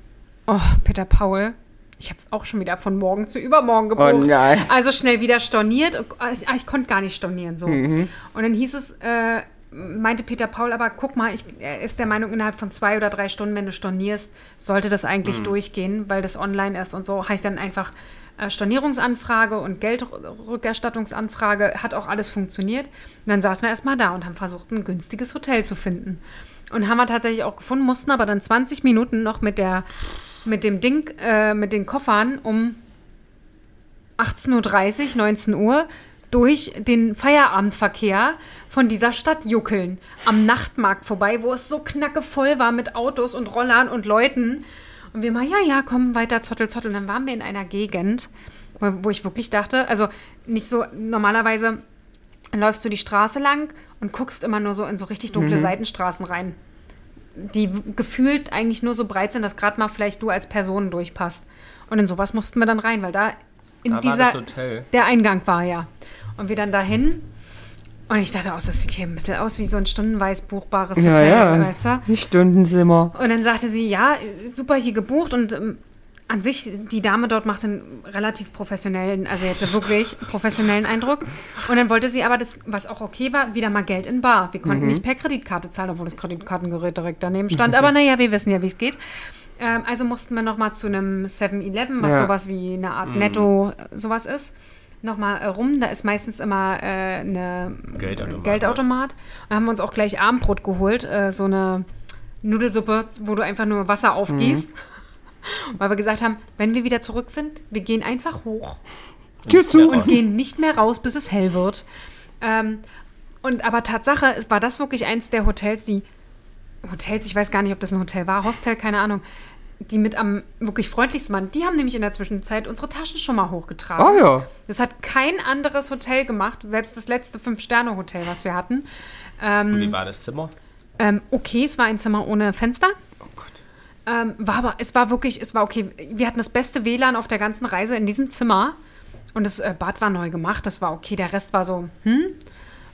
B: oh, Peter Paul. Ich habe auch schon wieder von morgen zu übermorgen gebucht.
A: Oh nein.
B: Also schnell wieder storniert. Ah, Ich, ah, ich konnte gar nicht stornieren. So. Und dann hieß es, äh, meinte Peter Paul, aber guck mal, ich, er ist der Meinung, innerhalb von zwei oder drei Stunden, wenn du stornierst, sollte das eigentlich durchgehen, weil das online ist und so. Habe ich dann einfach äh, Stornierungsanfrage und Geldrückerstattungsanfrage, hat auch alles funktioniert. Und dann saßen wir erstmal da und haben versucht, ein günstiges Hotel zu finden. Und haben wir tatsächlich auch gefunden, mussten aber dann 20 Minuten noch mit der mit dem Ding, äh, mit den Koffern um 18.30 Uhr, 19 Uhr durch den Feierabendverkehr von dieser Stadt juckeln. Am Nachtmarkt vorbei, wo es so knackevoll war mit Autos und Rollern und Leuten. Und wir mal, ja, ja, komm, weiter, zottel, zottel. Und dann waren wir in einer Gegend, wo wo ich wirklich dachte, also nicht so, normalerweise läufst du die Straße lang und guckst immer nur so in so richtig dunkle
C: Mhm.
B: Seitenstraßen rein die w- gefühlt eigentlich nur so breit sind, dass gerade mal vielleicht du als Person durchpasst. Und in sowas mussten wir dann rein, weil da in
C: Da war
B: dieser
C: das Hotel.
B: der Eingang war, ja. Und wir dann dahin. Und ich dachte, oh, das sieht hier ein bisschen aus wie so ein stundenweis buchbares Hotel,
A: Ja,
B: weißt du?
A: ja. Ein Stundenzimmer.
B: Und dann sagte sie, ja, super hier gebucht und ähm, an sich, die Dame dort macht einen relativ professionellen, also jetzt wirklich professionellen Eindruck. Und dann wollte sie aber das, was auch okay war, wieder mal Geld in Bar. Wir konnten nicht per Kreditkarte zahlen, obwohl das Kreditkartengerät direkt daneben stand. Aber naja, wir wissen ja, wie es geht. Ähm, also mussten wir nochmal zu einem 7-Eleven, was
A: Ja.
B: sowas wie eine Art Netto äh, sowas ist, nochmal rum. Da ist meistens immer äh, eine
C: Geldautomat.
B: Geldautomat. Und haben wir uns auch gleich Abendbrot geholt, äh, so eine Nudelsuppe, wo du einfach nur Wasser aufgießt. Weil wir gesagt haben, wenn wir wieder zurück sind, wir gehen einfach hoch
A: Tür zu.
B: und gehen nicht mehr raus, bis es hell wird. Ähm, und aber Tatsache, es war das wirklich eins der Hotels, die Hotels, ich weiß gar nicht, ob das ein Hotel war, Hostel, keine Ahnung, die mit am wirklich freundlichsten waren. Die haben nämlich in der Zwischenzeit unsere Taschen schon mal hochgetragen.
A: Ah, ja.
B: Das hat kein anderes Hotel gemacht, selbst das letzte Fünf-Sterne-Hotel, was wir hatten.
C: Wie war das Zimmer?
B: Ähm, okay, es war ein Zimmer ohne Fenster. Ähm, war aber, es war wirklich, es war okay. Wir hatten das beste WLAN auf der ganzen Reise in diesem Zimmer. Und das äh, Bad war neu gemacht, das war okay. Der Rest war so, hm?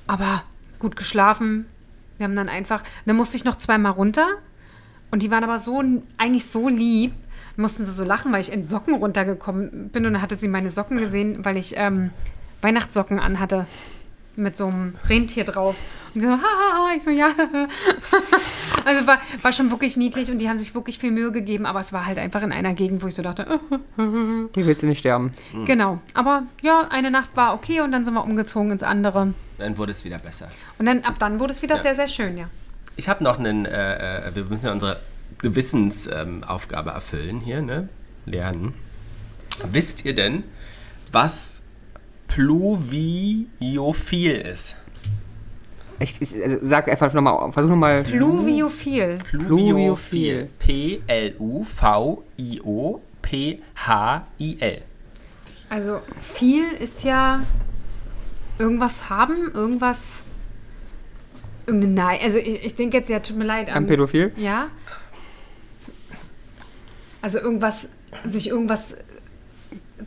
B: Aber gut geschlafen. Wir haben dann einfach, dann musste ich noch zweimal runter. Und die waren aber so, eigentlich so lieb. Dann Mussten sie so lachen, weil ich in Socken runtergekommen bin. Und dann hatte sie meine Socken gesehen, weil ich ähm, Weihnachtssocken anhatte. Mit so einem Rentier drauf. Und sie so, hahaha. Ich so, ja. Also war, war schon wirklich niedlich und die haben sich wirklich viel Mühe gegeben, aber es war halt einfach in einer Gegend, wo ich so dachte, äh,
A: Hier willst du nicht sterben.
B: genau. Aber ja, eine Nacht war okay und dann sind wir umgezogen ins andere.
C: Dann wurde es wieder besser.
B: Und dann ab dann wurde es wieder sehr, sehr schön, ja.
C: Ich habe noch einen, äh, äh, wir müssen ja unsere Gewissensaufgabe ähm, Aufgabe erfüllen hier, ne? Lernen. Wisst ihr denn, was pluviophil ist?
A: Ich, ich also, sag einfach nochmal, versuch nochmal.
B: Pluviophil.
A: Pluviophil.
C: P-L-U-V-I-O-P-H-I-L.
B: Also viel ist ja irgendwas haben, irgendwas. Irgendeine Nein. Also ich, ich denke jetzt, ja, tut mir leid.
A: Ein
B: an-
A: Pädophil?
B: Ja. Also irgendwas, sich irgendwas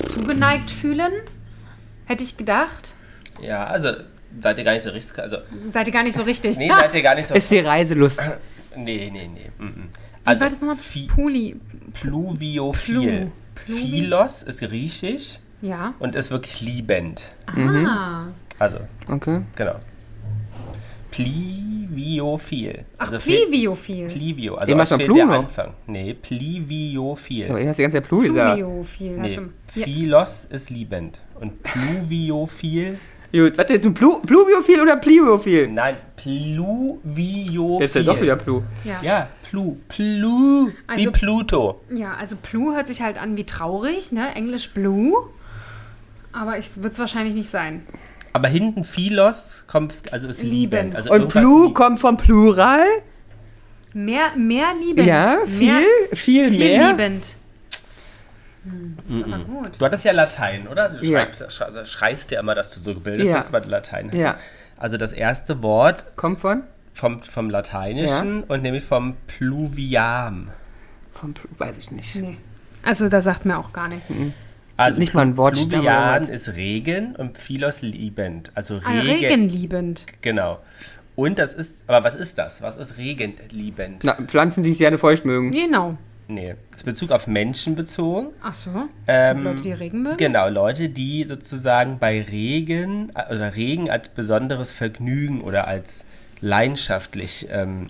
B: zugeneigt fühlen, hätte ich gedacht.
C: Ja, also seid ihr gar nicht so richtig. Also,
B: Seid ihr gar nicht so richtig.
C: nee, seid ihr gar nicht so.
A: Ist die Reiselust.
C: Nee, nee, nee. mm, mm.
B: also,
C: Also,
B: war das nochmal?
C: fi-
B: Puli. Plu-
C: pluviophil.
B: Pluvi-
C: Philos ist griechisch
B: Ja.
A: Mhm.
C: und ist wirklich liebend.
B: Ah.
C: Also,
A: Okay.
C: genau. Pliviophil.
B: Ach,
C: also Fehl-
B: Pliviophil.
C: Plivio. Also
A: Irgendwas
C: es
A: von
C: fehlt der
A: Pluto.
C: Anfang. Nee, Pliviophil.
A: Aber ich hast die ganze Zeit Plu gesagt.
B: Pluviophil.
C: Nee,
B: Also, ja,
C: Philos ist liebend. Und Pluviophil.
A: Gut, was ist ein Plu Pluviophil oder Pliophil?
C: Nein, Pluviophil.
A: Jetzt ist ja doch wieder Plu.
B: ja.
C: Ja, Plu. Plu. wie
B: Also-
C: Pluto.
B: ja, also Blue hört sich halt an wie traurig, ne? Englisch Blue. Aber ich wird es wahrscheinlich nicht sein.
C: Aber hinten Philos kommt, also ist liebend.
B: Liebend.
C: Also
A: Und
C: irgendwas
A: Plu
C: lieb-
A: kommt vom Plural.
B: Mehr, mehr liebend.
A: Ja, viel,
B: Mehr,
A: viel,
B: viel
A: mehr.
B: liebend. Hm, ist aber gut.
C: Du hattest ja Latein, oder? Du
A: Ja.
C: schreibst, sch- also schreist ja immer, dass du so gebildet
A: Ja.
C: bist, weil du Latein hast.
A: Ja.
C: Also das erste Wort
A: Kommt von?
C: vom, vom Lateinischen und nämlich vom Pluviam.
A: Vom Plu, weiß ich nicht.
B: Nee. Also da sagt mir auch gar nichts.
C: Also
A: Nicht mal ein Wort, stimmt, aber
C: Pluvian
A: was.
C: ist Regen und Philos liebend. Also
B: Ah,
C: Regen.
B: Regenliebend.
C: Genau. Und das ist, aber was ist das? Was ist regenliebend?
A: Na, Pflanzen, die es gerne feucht mögen.
B: Genau.
C: Nee, das ist Bezug auf Menschen bezogen.
B: Ach so. es
C: Ähm,
B: gibt Leute, die Regen mögen.
C: Genau, Leute, die sozusagen bei Regen äh, oder Regen als besonderes Vergnügen oder als leidenschaftlich ähm,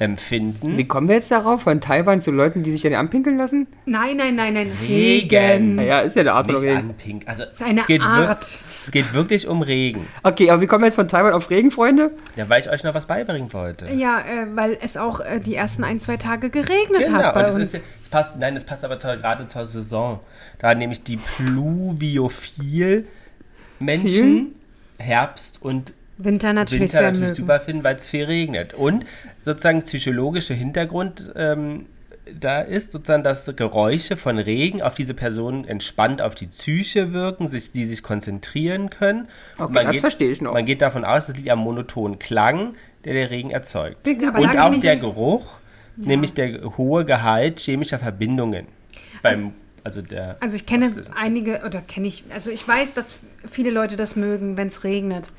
C: empfinden.
A: Wie kommen wir jetzt darauf? Von Taiwan zu Leuten, die sich gerne anpinkeln lassen?
B: Nein, nein, nein, nein.
C: Regen.
B: Regen.
A: Naja, ist ja eine Art von
C: Nicht
A: Regen.
C: anpink. Also
B: ist eine
C: es geht wir-
B: Art.
C: Es geht wirklich um Regen.
A: Okay, aber wie kommen wir jetzt von Taiwan auf Regen, Freunde?
C: Ja, weil ich euch noch was beibringen wollte.
B: Ja, äh, weil es auch äh, die ersten ein, zwei Tage geregnet
C: Genau,
B: hat
C: und
B: bei
C: das
B: uns.
C: ist, es passt, nein, das passt aber zur, gerade zur Saison. Da nämlich die pluviophil Menschen Herbst und
B: Winter natürlich
C: Also Winter
B: sehr
C: natürlich
B: mögen.
C: super finden, weil es viel regnet. Und sozusagen psychologischer Hintergrund ähm, da ist sozusagen, dass Geräusche von Regen auf diese Personen entspannt auf die Psyche wirken, sich, die sich konzentrieren können. Und
A: Okay, das verstehe ich noch.
C: Man geht davon aus, es liegt am monotonen Klang, der der Regen erzeugt.
B: Ja, aber da
C: Und
B: kann
C: auch
B: ich-
C: der Geruch, nämlich der hohe Gehalt chemischer Verbindungen. Beim, also der
B: Also ich kenne
C: Auslösen.
B: einige, oder kenne ich, also ich weiß, dass viele Leute das mögen, wenn es regnet.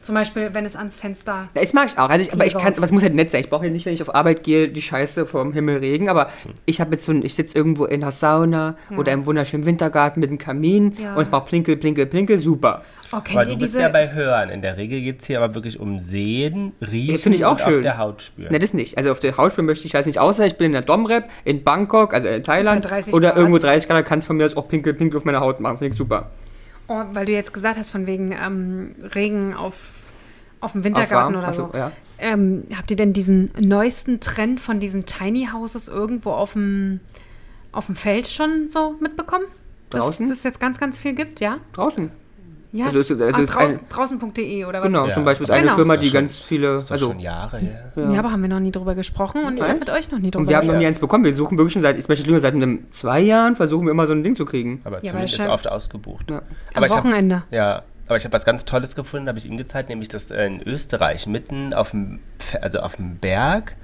B: Zum Beispiel, wenn es ans Fenster.
A: Ja, Das mag ich auch. Also ich, aber ich
B: Lieber.
A: kann, aber es muss halt nett sein. Ich brauche ja nicht, wenn ich auf Arbeit gehe, die Scheiße vom Himmel Regen. Aber ich habe jetzt so, ein, ich sitze irgendwo in der Sauna oder im wunderschönen Wintergarten mit einem Kamin
B: Ja.
A: und es macht Plinkel, Plinkel, Plinkel, super.
B: Oh, kennt
C: Aber
B: ihr
C: du bist
B: diese?
C: ja bei Hören. In der Regel geht es hier aber wirklich um Sehen, Riechen
A: finde ich auch
C: und auf
A: schön.
C: der Haut spüren.
A: Ne, das nicht. Also auf der Hautspur möchte ich Scheiße nicht, außer ich bin in der Domrep, in Bangkok, also in Thailand
B: Bei 30
A: oder
B: Grad.
A: irgendwo 30 Grad, da kannst von mir aus auch Pinkel, Pinkel auf meiner Haut machen. Finde ich super.
B: Oh, weil du jetzt gesagt hast, von wegen ähm, Regen auf, auf dem Wintergarten
A: warm?
B: oder
A: Ach so,
B: so.
A: ja.
B: ähm, habt ihr denn diesen neuesten Trend von diesen Tiny Houses irgendwo auf dem, auf dem Feld schon so mitbekommen?
A: Draußen?
B: Dass es jetzt ganz, ganz viel gibt, ja?
A: Draußen.
B: ja.
A: Also es ist- also
B: Ah,
A: es ist
B: draußen,
A: ein-
B: draußen.de oder was?
A: Genau,
C: Ja,
A: zum Beispiel ist
C: aber
A: eine
B: das ist
A: Firma,
C: doch
A: die
C: schon-
A: ganz viele,
C: Das ist doch
A: also
C: schon Jahre her.
B: Ja, aber haben wir noch nie drüber gesprochen und ich habe
A: Nein.
B: mit euch noch nie drüber
A: Und wir haben noch
B: gesprochen.
A: nie eins bekommen. Wir suchen wirklich schon seit, ich möchte lügen, seit einem zwei Jahren versuchen wir immer so ein Ding zu kriegen.
C: Aber
B: Ja, aber
C: zumindest
B: schon-
C: oft ausgebucht.
A: Ja.
C: Aber ich
B: Am
C: hab-
B: Wochenende.
C: Ja, aber ich habe was ganz Tolles gefunden, habe ich ihm gezeigt, nämlich dass äh, in Österreich mitten auf dem, Pf- also auf dem Berg,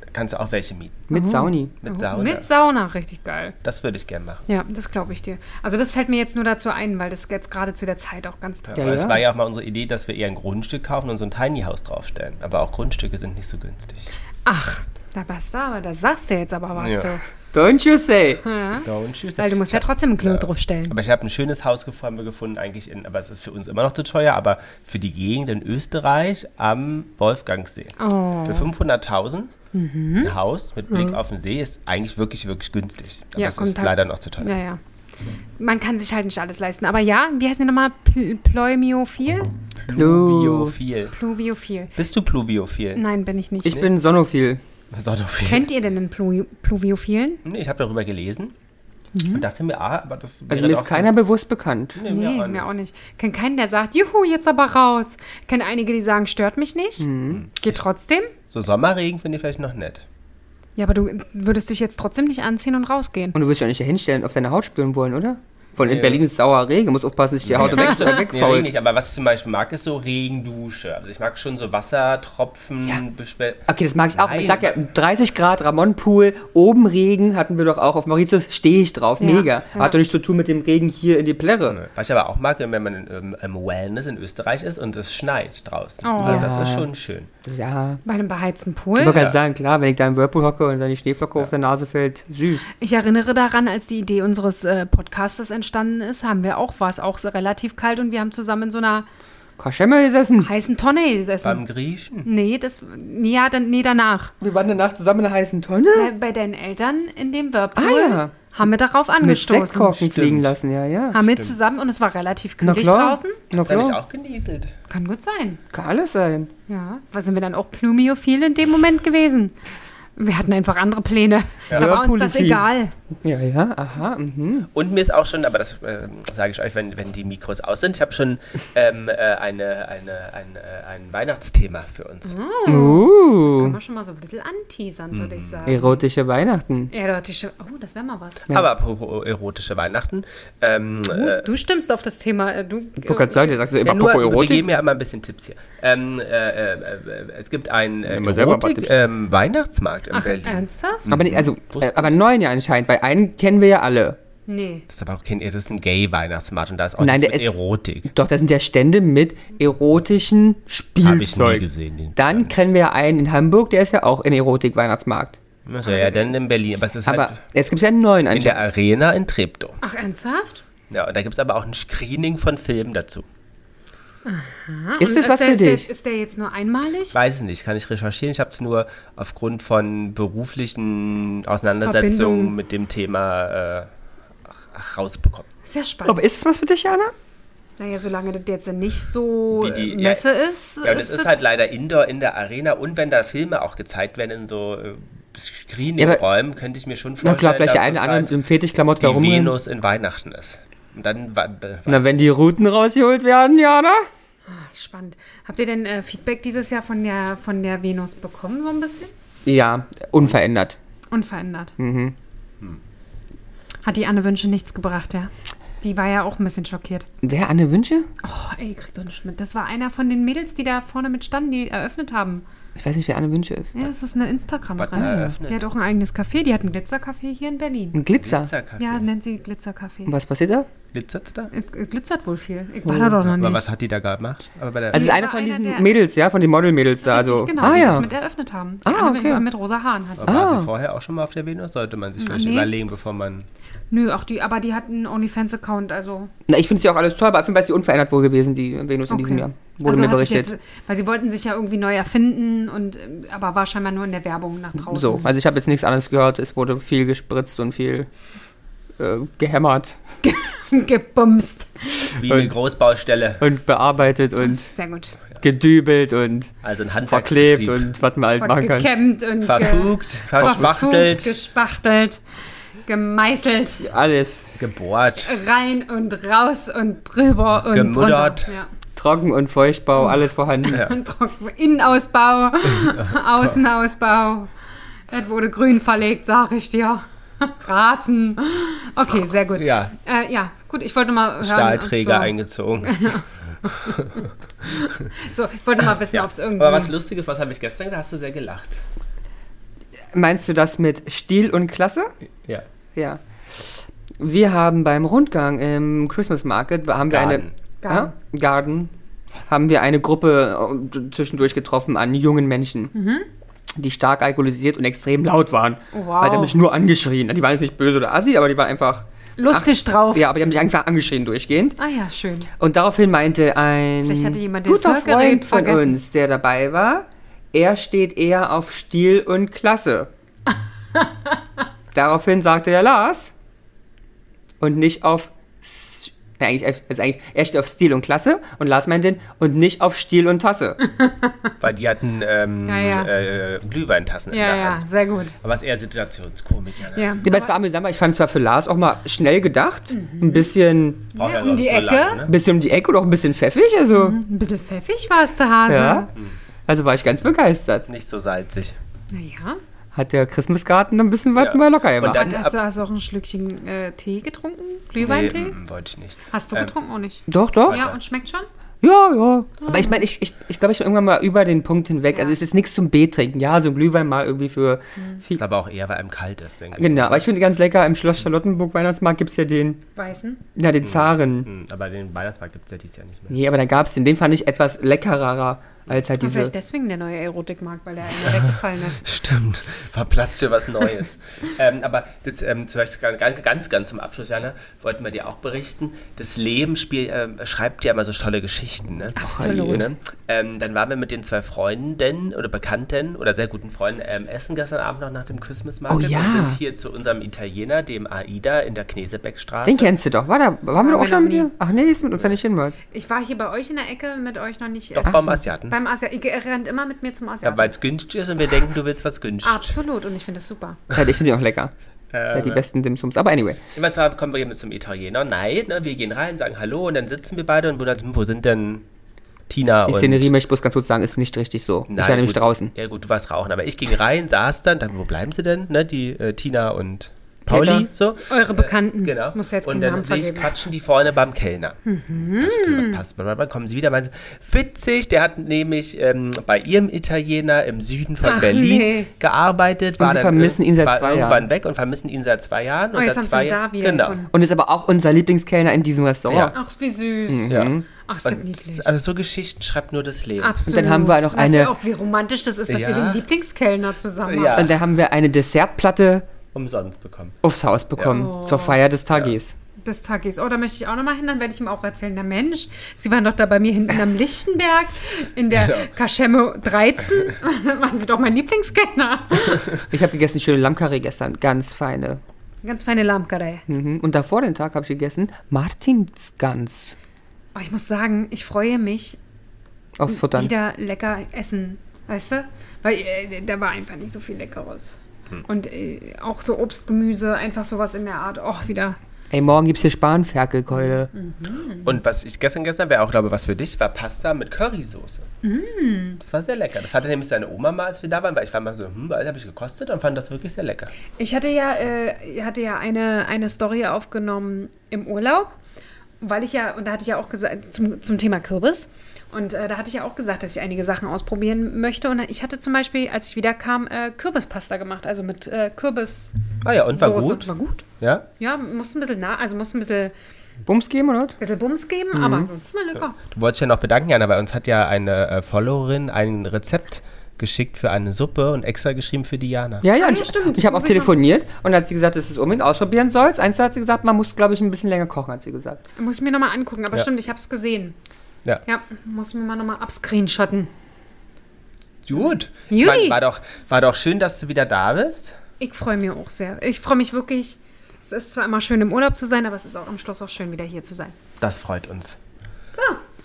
C: da kannst du auch welche mieten.
A: Mit Sauni.
C: Mit Sauna.
B: Mhm. Oh, Mit Sauna, richtig geil.
C: das würde ich gerne machen.
B: Ja, das glaube ich dir. Also das fällt mir jetzt nur dazu ein, weil das jetzt gerade zu der Zeit auch ganz toll
A: Ja,
C: Weil
A: ja.
C: Es war ja auch mal unsere Idee, dass wir eher ein Grundstück kaufen und so ein Tiny House draufstellen. Aber auch Grundstücke sind nicht so günstig.
B: Ach, da passt aber, da sagst du jetzt aber was
C: Ja.
B: du.
A: Don't you say.
C: Hm. Don't choose
B: Ah. Weil du musst ja trotzdem ein Klo draufstellen.
C: Aber ich habe ein schönes Haus gefunden, gefunden eigentlich in, aber es ist für uns immer noch zu teuer, aber für die Gegend in Österreich am Wolfgangsee.
B: Oh. Mhm.
C: Für 500.000 ein Haus mit Blick auf den See ist eigentlich wirklich, wirklich günstig. Aber
B: Ja,
C: es
B: kommt
C: ist
B: halt-
C: leider noch zu teuer.
B: Ja, ja. Man kann sich halt nicht alles leisten. Aber ja, wie heißt die nochmal? Pl Pleumiophil?
A: Hm.
C: Pluviophil.
B: Pluviophil.
C: Bist du pluviophil?
B: Nein, bin ich nicht.
A: Ich bin Sonophil.
B: Mhm.
C: Sonophil.
B: Kennt ihr denn den Plu Pluviophilen?
C: Nee, ich habe darüber gelesen und dachte mir, ah, aber das wäre
A: Also mir
C: doch
A: ist keiner bewusst bekannt.
C: So, nee,
B: Mhm. Nee,
C: mir auch
B: mir
C: nicht.
B: auch nicht. Kenn keinen, der sagt, juhu, jetzt aber raus. Kenn einige, die sagen, stört mich nicht.
A: Mhm.
B: Geht trotzdem.
C: so Sommerregen finde ich vielleicht noch nett.
B: Ja, aber du würdest dich jetzt trotzdem nicht anziehen und rausgehen.
A: Und du willst ja nicht hinstellen und auf deine Haut spüren wollen, oder? Von in
C: Nee.
A: Berlin ist sauer Regen, muss aufpassen, dass ich die Haut weg, äh,
C: Nee, Regen
A: wegfault.
C: nicht, aber was ich zum Beispiel mag, ist so Regendusche. Also ich mag schon so Wassertropfen, Bespe-
A: Okay, das mag ich auch.
C: Nein.
A: Ich sag ja, 30 Grad, Ramon-Pool, oben Regen hatten wir doch auch. Auf Mauritius stehe ich drauf,
B: Ja,
A: mega.
B: ja.
A: Hat doch nichts zu tun mit dem Regen hier in die Plärre.
C: Was ich aber auch mag, wenn man in, im, im Wellness in Österreich ist und es schneit draußen.
B: Oh.
C: Also Das ist schon schön.
A: Ja,
B: Bei einem beheizten
A: ich
B: Pool.
A: wollte gerade sagen, klar, wenn ich da im Whirlpool hocke und dann die Schneeflocke auf der Nase fällt, süß.
B: Ich erinnere daran, als die Idee unseres äh, Podcastes entstanden ist, haben wir auch, war es auch so relativ kalt und wir haben zusammen in so einer
A: Kaschemme gesessen.
B: Heißen Tonne gesessen.
C: Beim Griechen.
B: Nee, das, nee, ja, dann, nee, danach.
A: Wir waren danach zusammen in einer heißen Tonne.
B: Bei, bei deinen Eltern in dem Whirlpool
A: Ah, ja.
B: haben wir darauf
A: Mit
B: angestoßen.
A: Sektkorken
C: Stimmt.
A: fliegen lassen, ja, ja.
B: haben wir zusammen und es war relativ
A: Na
B: kühlig
A: klar.
B: draußen.
A: Na
C: Da habe ich
A: klar.
C: auch genieselt.
B: Kann gut sein.
A: Kann alles sein.
B: Ja, weil sind wir dann auch plumiophil in dem Moment gewesen? Wir hatten einfach andere Pläne. Da war uns das
A: Whirlpoolophil.
B: egal.
A: Ja, ja, aha, mhm.
C: Und mir ist auch schon, aber das äh, sage ich euch, wenn, wenn die Mikros aus sind, ich habe schon ähm, äh, eine, eine, ein, äh, ein Weihnachtsthema für uns.
B: Mhm. Oh. Kann
A: Uh,
B: man schon mal so ein bisschen anteasern, würde ich sagen.
A: erotische Weihnachten.
B: Ja, da hatte ich schon, oh, das wäre mal was.
A: Ja.
C: Aber apropos erotische Weihnachten. Ähm,
B: Du,
C: äh,
B: du stimmst auf das Thema. äh, Du,
A: Ich wollte gerade sagen, du sagst
C: ja,
A: immer
C: nur, wir
A: Poco-Erotik.
C: geben ja immer ein bisschen Tipps hier. Ähm, äh, äh, äh, es gibt einen äh,
A: Nehmen wir selber ein paar
C: Erotik,
A: Tipps.
C: ähm, Weihnachtsmarkt in
B: ach, äh.
C: Berlin.
B: ernsthaft?
A: Aber nicht, also,
C: Wusste
A: äh, aber neun ja anscheinend, weil einen kennen wir ja alle.
B: Nee.
C: Das ist aber auch kein, das ist ein Gay-Weihnachtsmarkt und da ist auch
A: Nein,
C: nichts
A: der ist-
C: mit Erotik.
A: Doch, das sind ja Stände mit erotischen
C: Habe ich nie
A: Spielzeug.
C: gesehen. Den
A: Dann
C: Stand.
A: kennen wir einen in Hamburg, der ist ja auch in Erotik-Weihnachtsmarkt.
C: Also, ja, dann in Berlin. Aber es ist
A: Aber
C: halt
A: jetzt gibt es ja einen neuen
C: in der
A: anscheinend.
C: Arena in Treptow.
B: Ach, ernsthaft?
C: Ja, und da gibt es aber auch ein Screening von Filmen dazu.
B: Ah,
A: Ist
B: und
A: das was
B: der,
A: für
B: ist der-
A: dich?
B: Ist der jetzt nur einmalig?
C: Weiß ich nicht, kann ich recherchieren. Ich habe es nur aufgrund von beruflichen Auseinandersetzungen
B: Verbindungen.
C: mit dem Thema äh, ach- rausbekommen.
B: Sehr spannend.
A: Aber ist das was für dich, Jana?
B: Naja, solange das jetzt nicht so
C: Wie die-
B: äh,
C: ja,
B: Messe ist,
C: Ja, und es
B: das-
C: ist halt leider Indoor in der Arena und wenn da Filme auch gezeigt werden in so äh, Screening-Räumen, könnte ich mir schon
A: Na
C: vorstellen,
A: klar, vielleicht der
C: dass
A: eine
C: es
A: oder andere
C: halt
A: mit einem Fetischklamotte da
C: die
A: rumrennen.
C: Venus in Weihnachten ist. Und dann wa- be-
A: Na, wenn die Routen rausgeholt werden, Jana?
B: Spannend. Habt ihr denn äh, Feedback dieses Jahr von der, von der Venus bekommen, so ein bisschen?
A: Ja, unverändert.
B: Unverändert.
A: Mhm.
B: Hm. Hat die Anne Wünsche nichts gebracht, ja? Die war ja auch ein bisschen schockiert.
A: Wer Anne Wünsche?
B: Oh, ey, kriegt doch nicht mit. Das war einer von den Mädels, die da vorne mit standen, die eröffnet haben.
A: Ich weiß nicht, wer Anne Wünsche ist.
B: Ja, das ist eine
C: was
B: Instagramerin.
C: eröffnet.
B: Die hat auch ein eigenes Café. Die hat ein Glitzercafé hier in Berlin.
A: Ein Glitzer.
C: Glitzerkaffee.
B: Ja, nennt sie Glitzercafé.
A: Und was passiert da? Also,
C: Glitzert's da?
B: Es es glitzert wohl viel. Ich
A: Oh.
B: war da doch noch
C: Aber
B: nicht.
C: was hat die da gemacht? Aber bei der
A: Also, es ist
B: war
A: einer von
B: einer
A: diesen
B: der-
A: Mädels, ja, von den Model-Mädels da.
B: Richtig,
A: Also.
B: genau,
A: ah,
B: die das
A: ja.
B: mit eröffnet haben. Die
A: Ah,
B: Anne
A: okay.
B: mit rosa Haaren hat.
C: war
A: Ah.
C: sie vorher auch schon mal auf der Venus? Sollte man sich vielleicht
B: Ah, nee.
C: überlegen, bevor man.
B: Nö, auch die, aber die hat einen OnlyFans-Account, also
A: Na, ich finde sie auch alles toll, aber auf jeden Fall ist sie unverändert wohl gewesen, die Venus in diesem
B: Okay.
A: Jahr. Wurde
B: Also
A: mir
B: hat sich
A: berichtet.
B: Jetzt, weil sie wollten sich ja irgendwie neu erfinden und ähm, aber war scheinbar nur in der Werbung nach draußen.
A: So, also ich habe jetzt nichts anderes gehört. Es wurde viel gespritzt und viel äh, gehämmert
B: Gebumst.
C: Wie eine Großbaustelle.
A: und bearbeitet und
B: Sehr gut.
A: gedübelt und
C: Also ein
A: verklebt
C: Handwerksbetrieb.
A: und was man halt machen kann.
B: Gekämmt und ge-
C: Verfugt,
B: verfugt,
C: verschmachtelt,
B: gespachtelt, gemeißelt,
A: Alles
C: gebohrt.
B: rein und raus und drüber und
C: Gemuddert.
B: drunter. Ja.
A: trocken und Feuchtbau, alles vorhanden.
B: Und trocken. Innenausbau, Außenausbau. Das wurde grün verlegt, sag ich dir. Rasen. Okay, sehr gut.
C: Ja,
B: Äh, ja, gut, ich wollte mal hören.
C: Stahlträger
B: ob so.
C: eingezogen.
B: So, ich wollte mal wissen,
C: Ja.
B: ob es irgendwie.
C: Aber was Lustiges, was habe ich gestern gesagt? Hast du sehr gelacht.
A: Meinst du das mit Stil und Klasse?
C: Ja.
A: Ja. Wir haben beim Rundgang im Christmas Market haben wir
C: Garden.
A: eine Garden. Ja, Garden haben wir eine Gruppe äh, zwischendurch getroffen an jungen Menschen, die stark alkoholisiert und extrem laut waren.
B: Wow.
A: Weil die haben mich nur angeschrien. Die waren jetzt nicht böse oder assi, aber die waren einfach
B: Lustig drauf.
A: Ja, aber die haben mich einfach angeschrien durchgehend.
B: Ah ja, schön.
A: Und daraufhin meinte ein
B: Vielleicht hatte jemand den
A: guter Freund
B: Surfgerät
A: von
B: vergessen.
A: uns, der dabei war, er steht eher auf Stil und Klasse. daraufhin sagte der Lars und nicht auf S- ja, eigentlich, also eigentlich, er steht auf Stil und Klasse und Lars meint den und nicht auf Stil und Tasse.
C: Weil die hatten ähm,
B: Ja, ja.
C: Äh, Glühweintassen in
B: Ja,
C: der
B: ja,
C: Hand.
B: sehr gut.
C: Aber es ist eher Situationskomik. Ja, ne?
B: Ja.
A: Aber es war amüsant, weil ich fand es zwar für Lars auch mal schnell gedacht,
B: Mhm.
A: ein bisschen,
C: Braucht ja
B: um
C: sonst
B: die
C: so
B: Ecke.
C: lange, ne?
A: ein bisschen um die Ecke und auch ein bisschen pfeffig, also
B: Ein bisschen pfeffig war es, der Hase.
A: ja. Also war ich ganz begeistert.
C: Nicht so salzig.
B: Naja.
A: Hat der Christmasgarten ein bisschen was
C: Ja.
A: mal locker
C: Und
A: gemacht.
C: dann-
B: Und hast du, hast du auch ein Schlückchen äh, Tee getrunken? Glühweintee?
C: mm, wollte ich nicht.
B: Hast du
C: Ähm,
B: getrunken auch nicht?
A: Doch, doch.
B: Ja, und schmeckt schon?
A: Ja, ja. Aber ich meine, ich, ich, ich glaube, ich bin irgendwann mal über den Punkt hinweg. Also es ist nichts zum B trinken. Ja, so ein Glühwein mal irgendwie für viel.
C: Ist aber auch eher, weil einem kalt ist, denke ich.
A: Genau, aber ich finde ganz lecker, im Schloss Charlottenburg Weihnachtsmarkt gibt es ja den,
B: Weißen.
A: ja, den Zaren.
C: Hm, Mm, Aber den Weihnachtsmarkt gibt es ja dieses Jahr nicht mehr.
A: Nee, aber da gab es den. Den fand ich etwas leckerer. als halt
B: Das ist
A: diese.
B: vielleicht deswegen der neue Erotikmarkt, weil der eine weggefallen ist.
C: Stimmt, war Platz für was Neues. ähm, aber das, ähm, zum Beispiel ganz, ganz, ganz zum Abschluss, Jana, wollten wir dir auch berichten, das Leben spiel, ähm, schreibt ja immer so tolle Geschichten. Ne?
B: Absolut.
C: Ne? Ähm, dann waren wir mit den zwei Freunden oder Bekannten oder sehr guten Freunden ähm, essen gestern Abend noch nach dem Christmas Market
A: Oh ja.
C: und sind hier zu unserem Italiener, dem Aida, in der Knesebeckstraße.
A: Den kennst du doch. War da, waren wir doch auch
B: wir
A: schon
B: noch
A: mit dir?
B: nie.
A: Ach nee, ist mit uns ja nicht hin, Mann.
B: Ich war hier bei euch in der Ecke, mit euch noch nicht.
C: Doch
B: essen.
C: vom Asiaten.
B: Beim Asiaten. Ihr rennt immer mit mir zum
C: Ja,
B: Asiaten.
C: weil es günstig ist und wir denken, du willst was günstig.
B: Absolut, und ich finde das super.
A: Ja, ich finde die auch lecker.
C: Äh,
A: Der
C: ne.
A: hat die besten Dimsums. Aber anyway.
C: Immer zwar kommen wir eben zum Italiener. Nein, ne, wir gehen rein, sagen Hallo und dann sitzen wir beide und wundern uns, hm, wo sind denn Tina
A: Die
C: und...
A: Szenerie, möchte ich bloß ganz kurz sagen, ist nicht richtig so. ich war nämlich
C: gut,
A: draußen.
C: Ja gut, du warst rauchen, aber ich ging rein, saß dann, dann wo bleiben sie denn? Ne, die äh, Tina und Pauli,
A: Peter.
C: so.
B: Eure Bekannten.
C: Genau.
B: Hm, Muss jetzt
C: und
B: keinen
C: dann
B: Namen
C: sehe ich,
B: vergeben. Mhm.
C: quatschen die vorne beim Kellner. Dachte ich, okay, Was passt? Dann dann kommen sie wieder, meinen sie, witzig, der hat nämlich ähm, bei ihrem Italiener im Süden von
B: Ach,
C: Berlin
B: nee.
C: gearbeitet.
A: sie vermissen
C: irg-
A: ihn seit
C: war
A: zwei
C: irgendwann
A: Jahren.
C: weg und vermissen ihn seit zwei Jahren.
B: Oh,
C: und
B: jetzt
C: seit
B: haben sie
C: zwei
B: ihn da wieder
C: Genau.
B: gefunden.
A: Und ist aber auch unser Lieblingskellner in diesem Restaurant.
C: Ja.
B: Ach, wie süß.
C: Ja.
B: Ach, ist das niedlich.
C: Also so Geschichten schreibt nur das Leben.
B: Absolut.
A: Und dann haben wir noch
B: weißt
A: eine-
B: Du auch, wie romantisch das ist, dass
C: Ja.
B: ihr den Lieblingskellner zusammen habt.
C: Ja.
A: Und da haben wir eine Dessertplatte
C: Umsonst bekommen.
A: aufs Haus bekommen. Zur Feier des Tages.
B: des Tages. Oh, da möchte ich auch nochmal hin, dann werde ich ihm auch erzählen, na Mensch, Sie waren doch da bei mir hinten am Lichtenberg in der
C: Ja.
B: Kaschemme 13. waren Sie doch mein Lieblingskellner.
A: Ich habe gegessen schöne Lammkarree gestern. Ganz feine.
B: Ganz feine Lammkarei.
A: Mhm. Und davor den Tag habe ich gegessen Martinsgans
B: Oh, ich muss sagen, ich freue mich,
A: aufs Futtern.
B: wieder lecker essen, weißt du? Weil äh, da war einfach nicht so viel Leckeres.
C: Hm.
B: Und äh, auch so Obst, Gemüse, einfach sowas in der Art. Oh, wieder.
A: Ey, morgen gibt's hier Spanferkelkeule.
B: Mhm.
A: Mhm.
C: Und was ich gestern gestern wäre auch, glaube ich, was für dich, war Pasta mit Currysoße.
A: Mhm.
C: Das war sehr lecker. Das hatte nämlich seine Oma mal, als wir da waren, weil ich war mal so, hm, das habe ich gekostet und fand das wirklich sehr lecker.
B: Ich hatte ja, äh, hatte ja eine, eine Story aufgenommen im Urlaub, weil ich ja, und da hatte ich ja auch gesagt, zum, zum Thema Kürbis. Und äh, da hatte ich ja auch gesagt, dass ich einige Sachen ausprobieren möchte. Und ich hatte zum Beispiel, als ich wiederkam, äh, Kürbispasta gemacht, also mit äh, Kürbis.
C: Ah ja, und war gut.
B: War gut.
C: Ja?
B: Ja, muss ein bisschen nah, also muss ein bisschen,
A: Bums geben, oder? was?
B: bisschen Bums geben,
C: Mhm.
B: aber war lecker.
C: Du wolltest ja noch bedanken, Jana, weil uns hat ja eine äh, Followerin ein Rezept geschickt für eine Suppe und extra geschrieben für Diana.
A: Ja, ja,
B: Ah,
A: und
B: ja,
A: ich,
B: stimmt,
A: ich habe auch
B: muss ich mal-
A: telefoniert und dann hat sie gesagt, dass du es unbedingt ausprobieren sollst. Eins hat sie gesagt, man muss, glaube ich, ein bisschen länger kochen, hat sie gesagt.
B: Muss ich mir nochmal angucken, aber
C: Ja.
B: stimmt, ich habe es gesehen.
C: Ja.
B: Ja, muss ich mir mal nochmal abscreenshotten.
C: Gut. Ich
B: Juti.
C: mein, war, doch, war doch schön, dass du wieder da bist.
B: Ich freue mich auch sehr. Ich freue mich wirklich. Es ist zwar immer schön im Urlaub zu sein, aber es ist auch am Schluss auch schön, wieder hier zu sein.
C: Das freut uns.
B: So,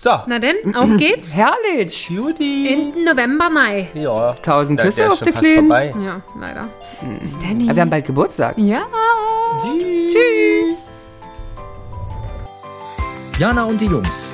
C: So.
B: na denn, auf geht's.
A: Herrlich!
C: Juti.
B: In November, Mai.
C: Ja.
A: Tausend
C: Na,
A: Küsse
C: der ist
A: auf
C: schon
A: die
C: fast
A: Kleinen.
C: vorbei.
B: Ja, leider. Ist der nie?
A: Aber wir haben bald Geburtstag.
B: Ja.
C: Tschüss.
B: Tschüss.
D: Jana und die Jungs.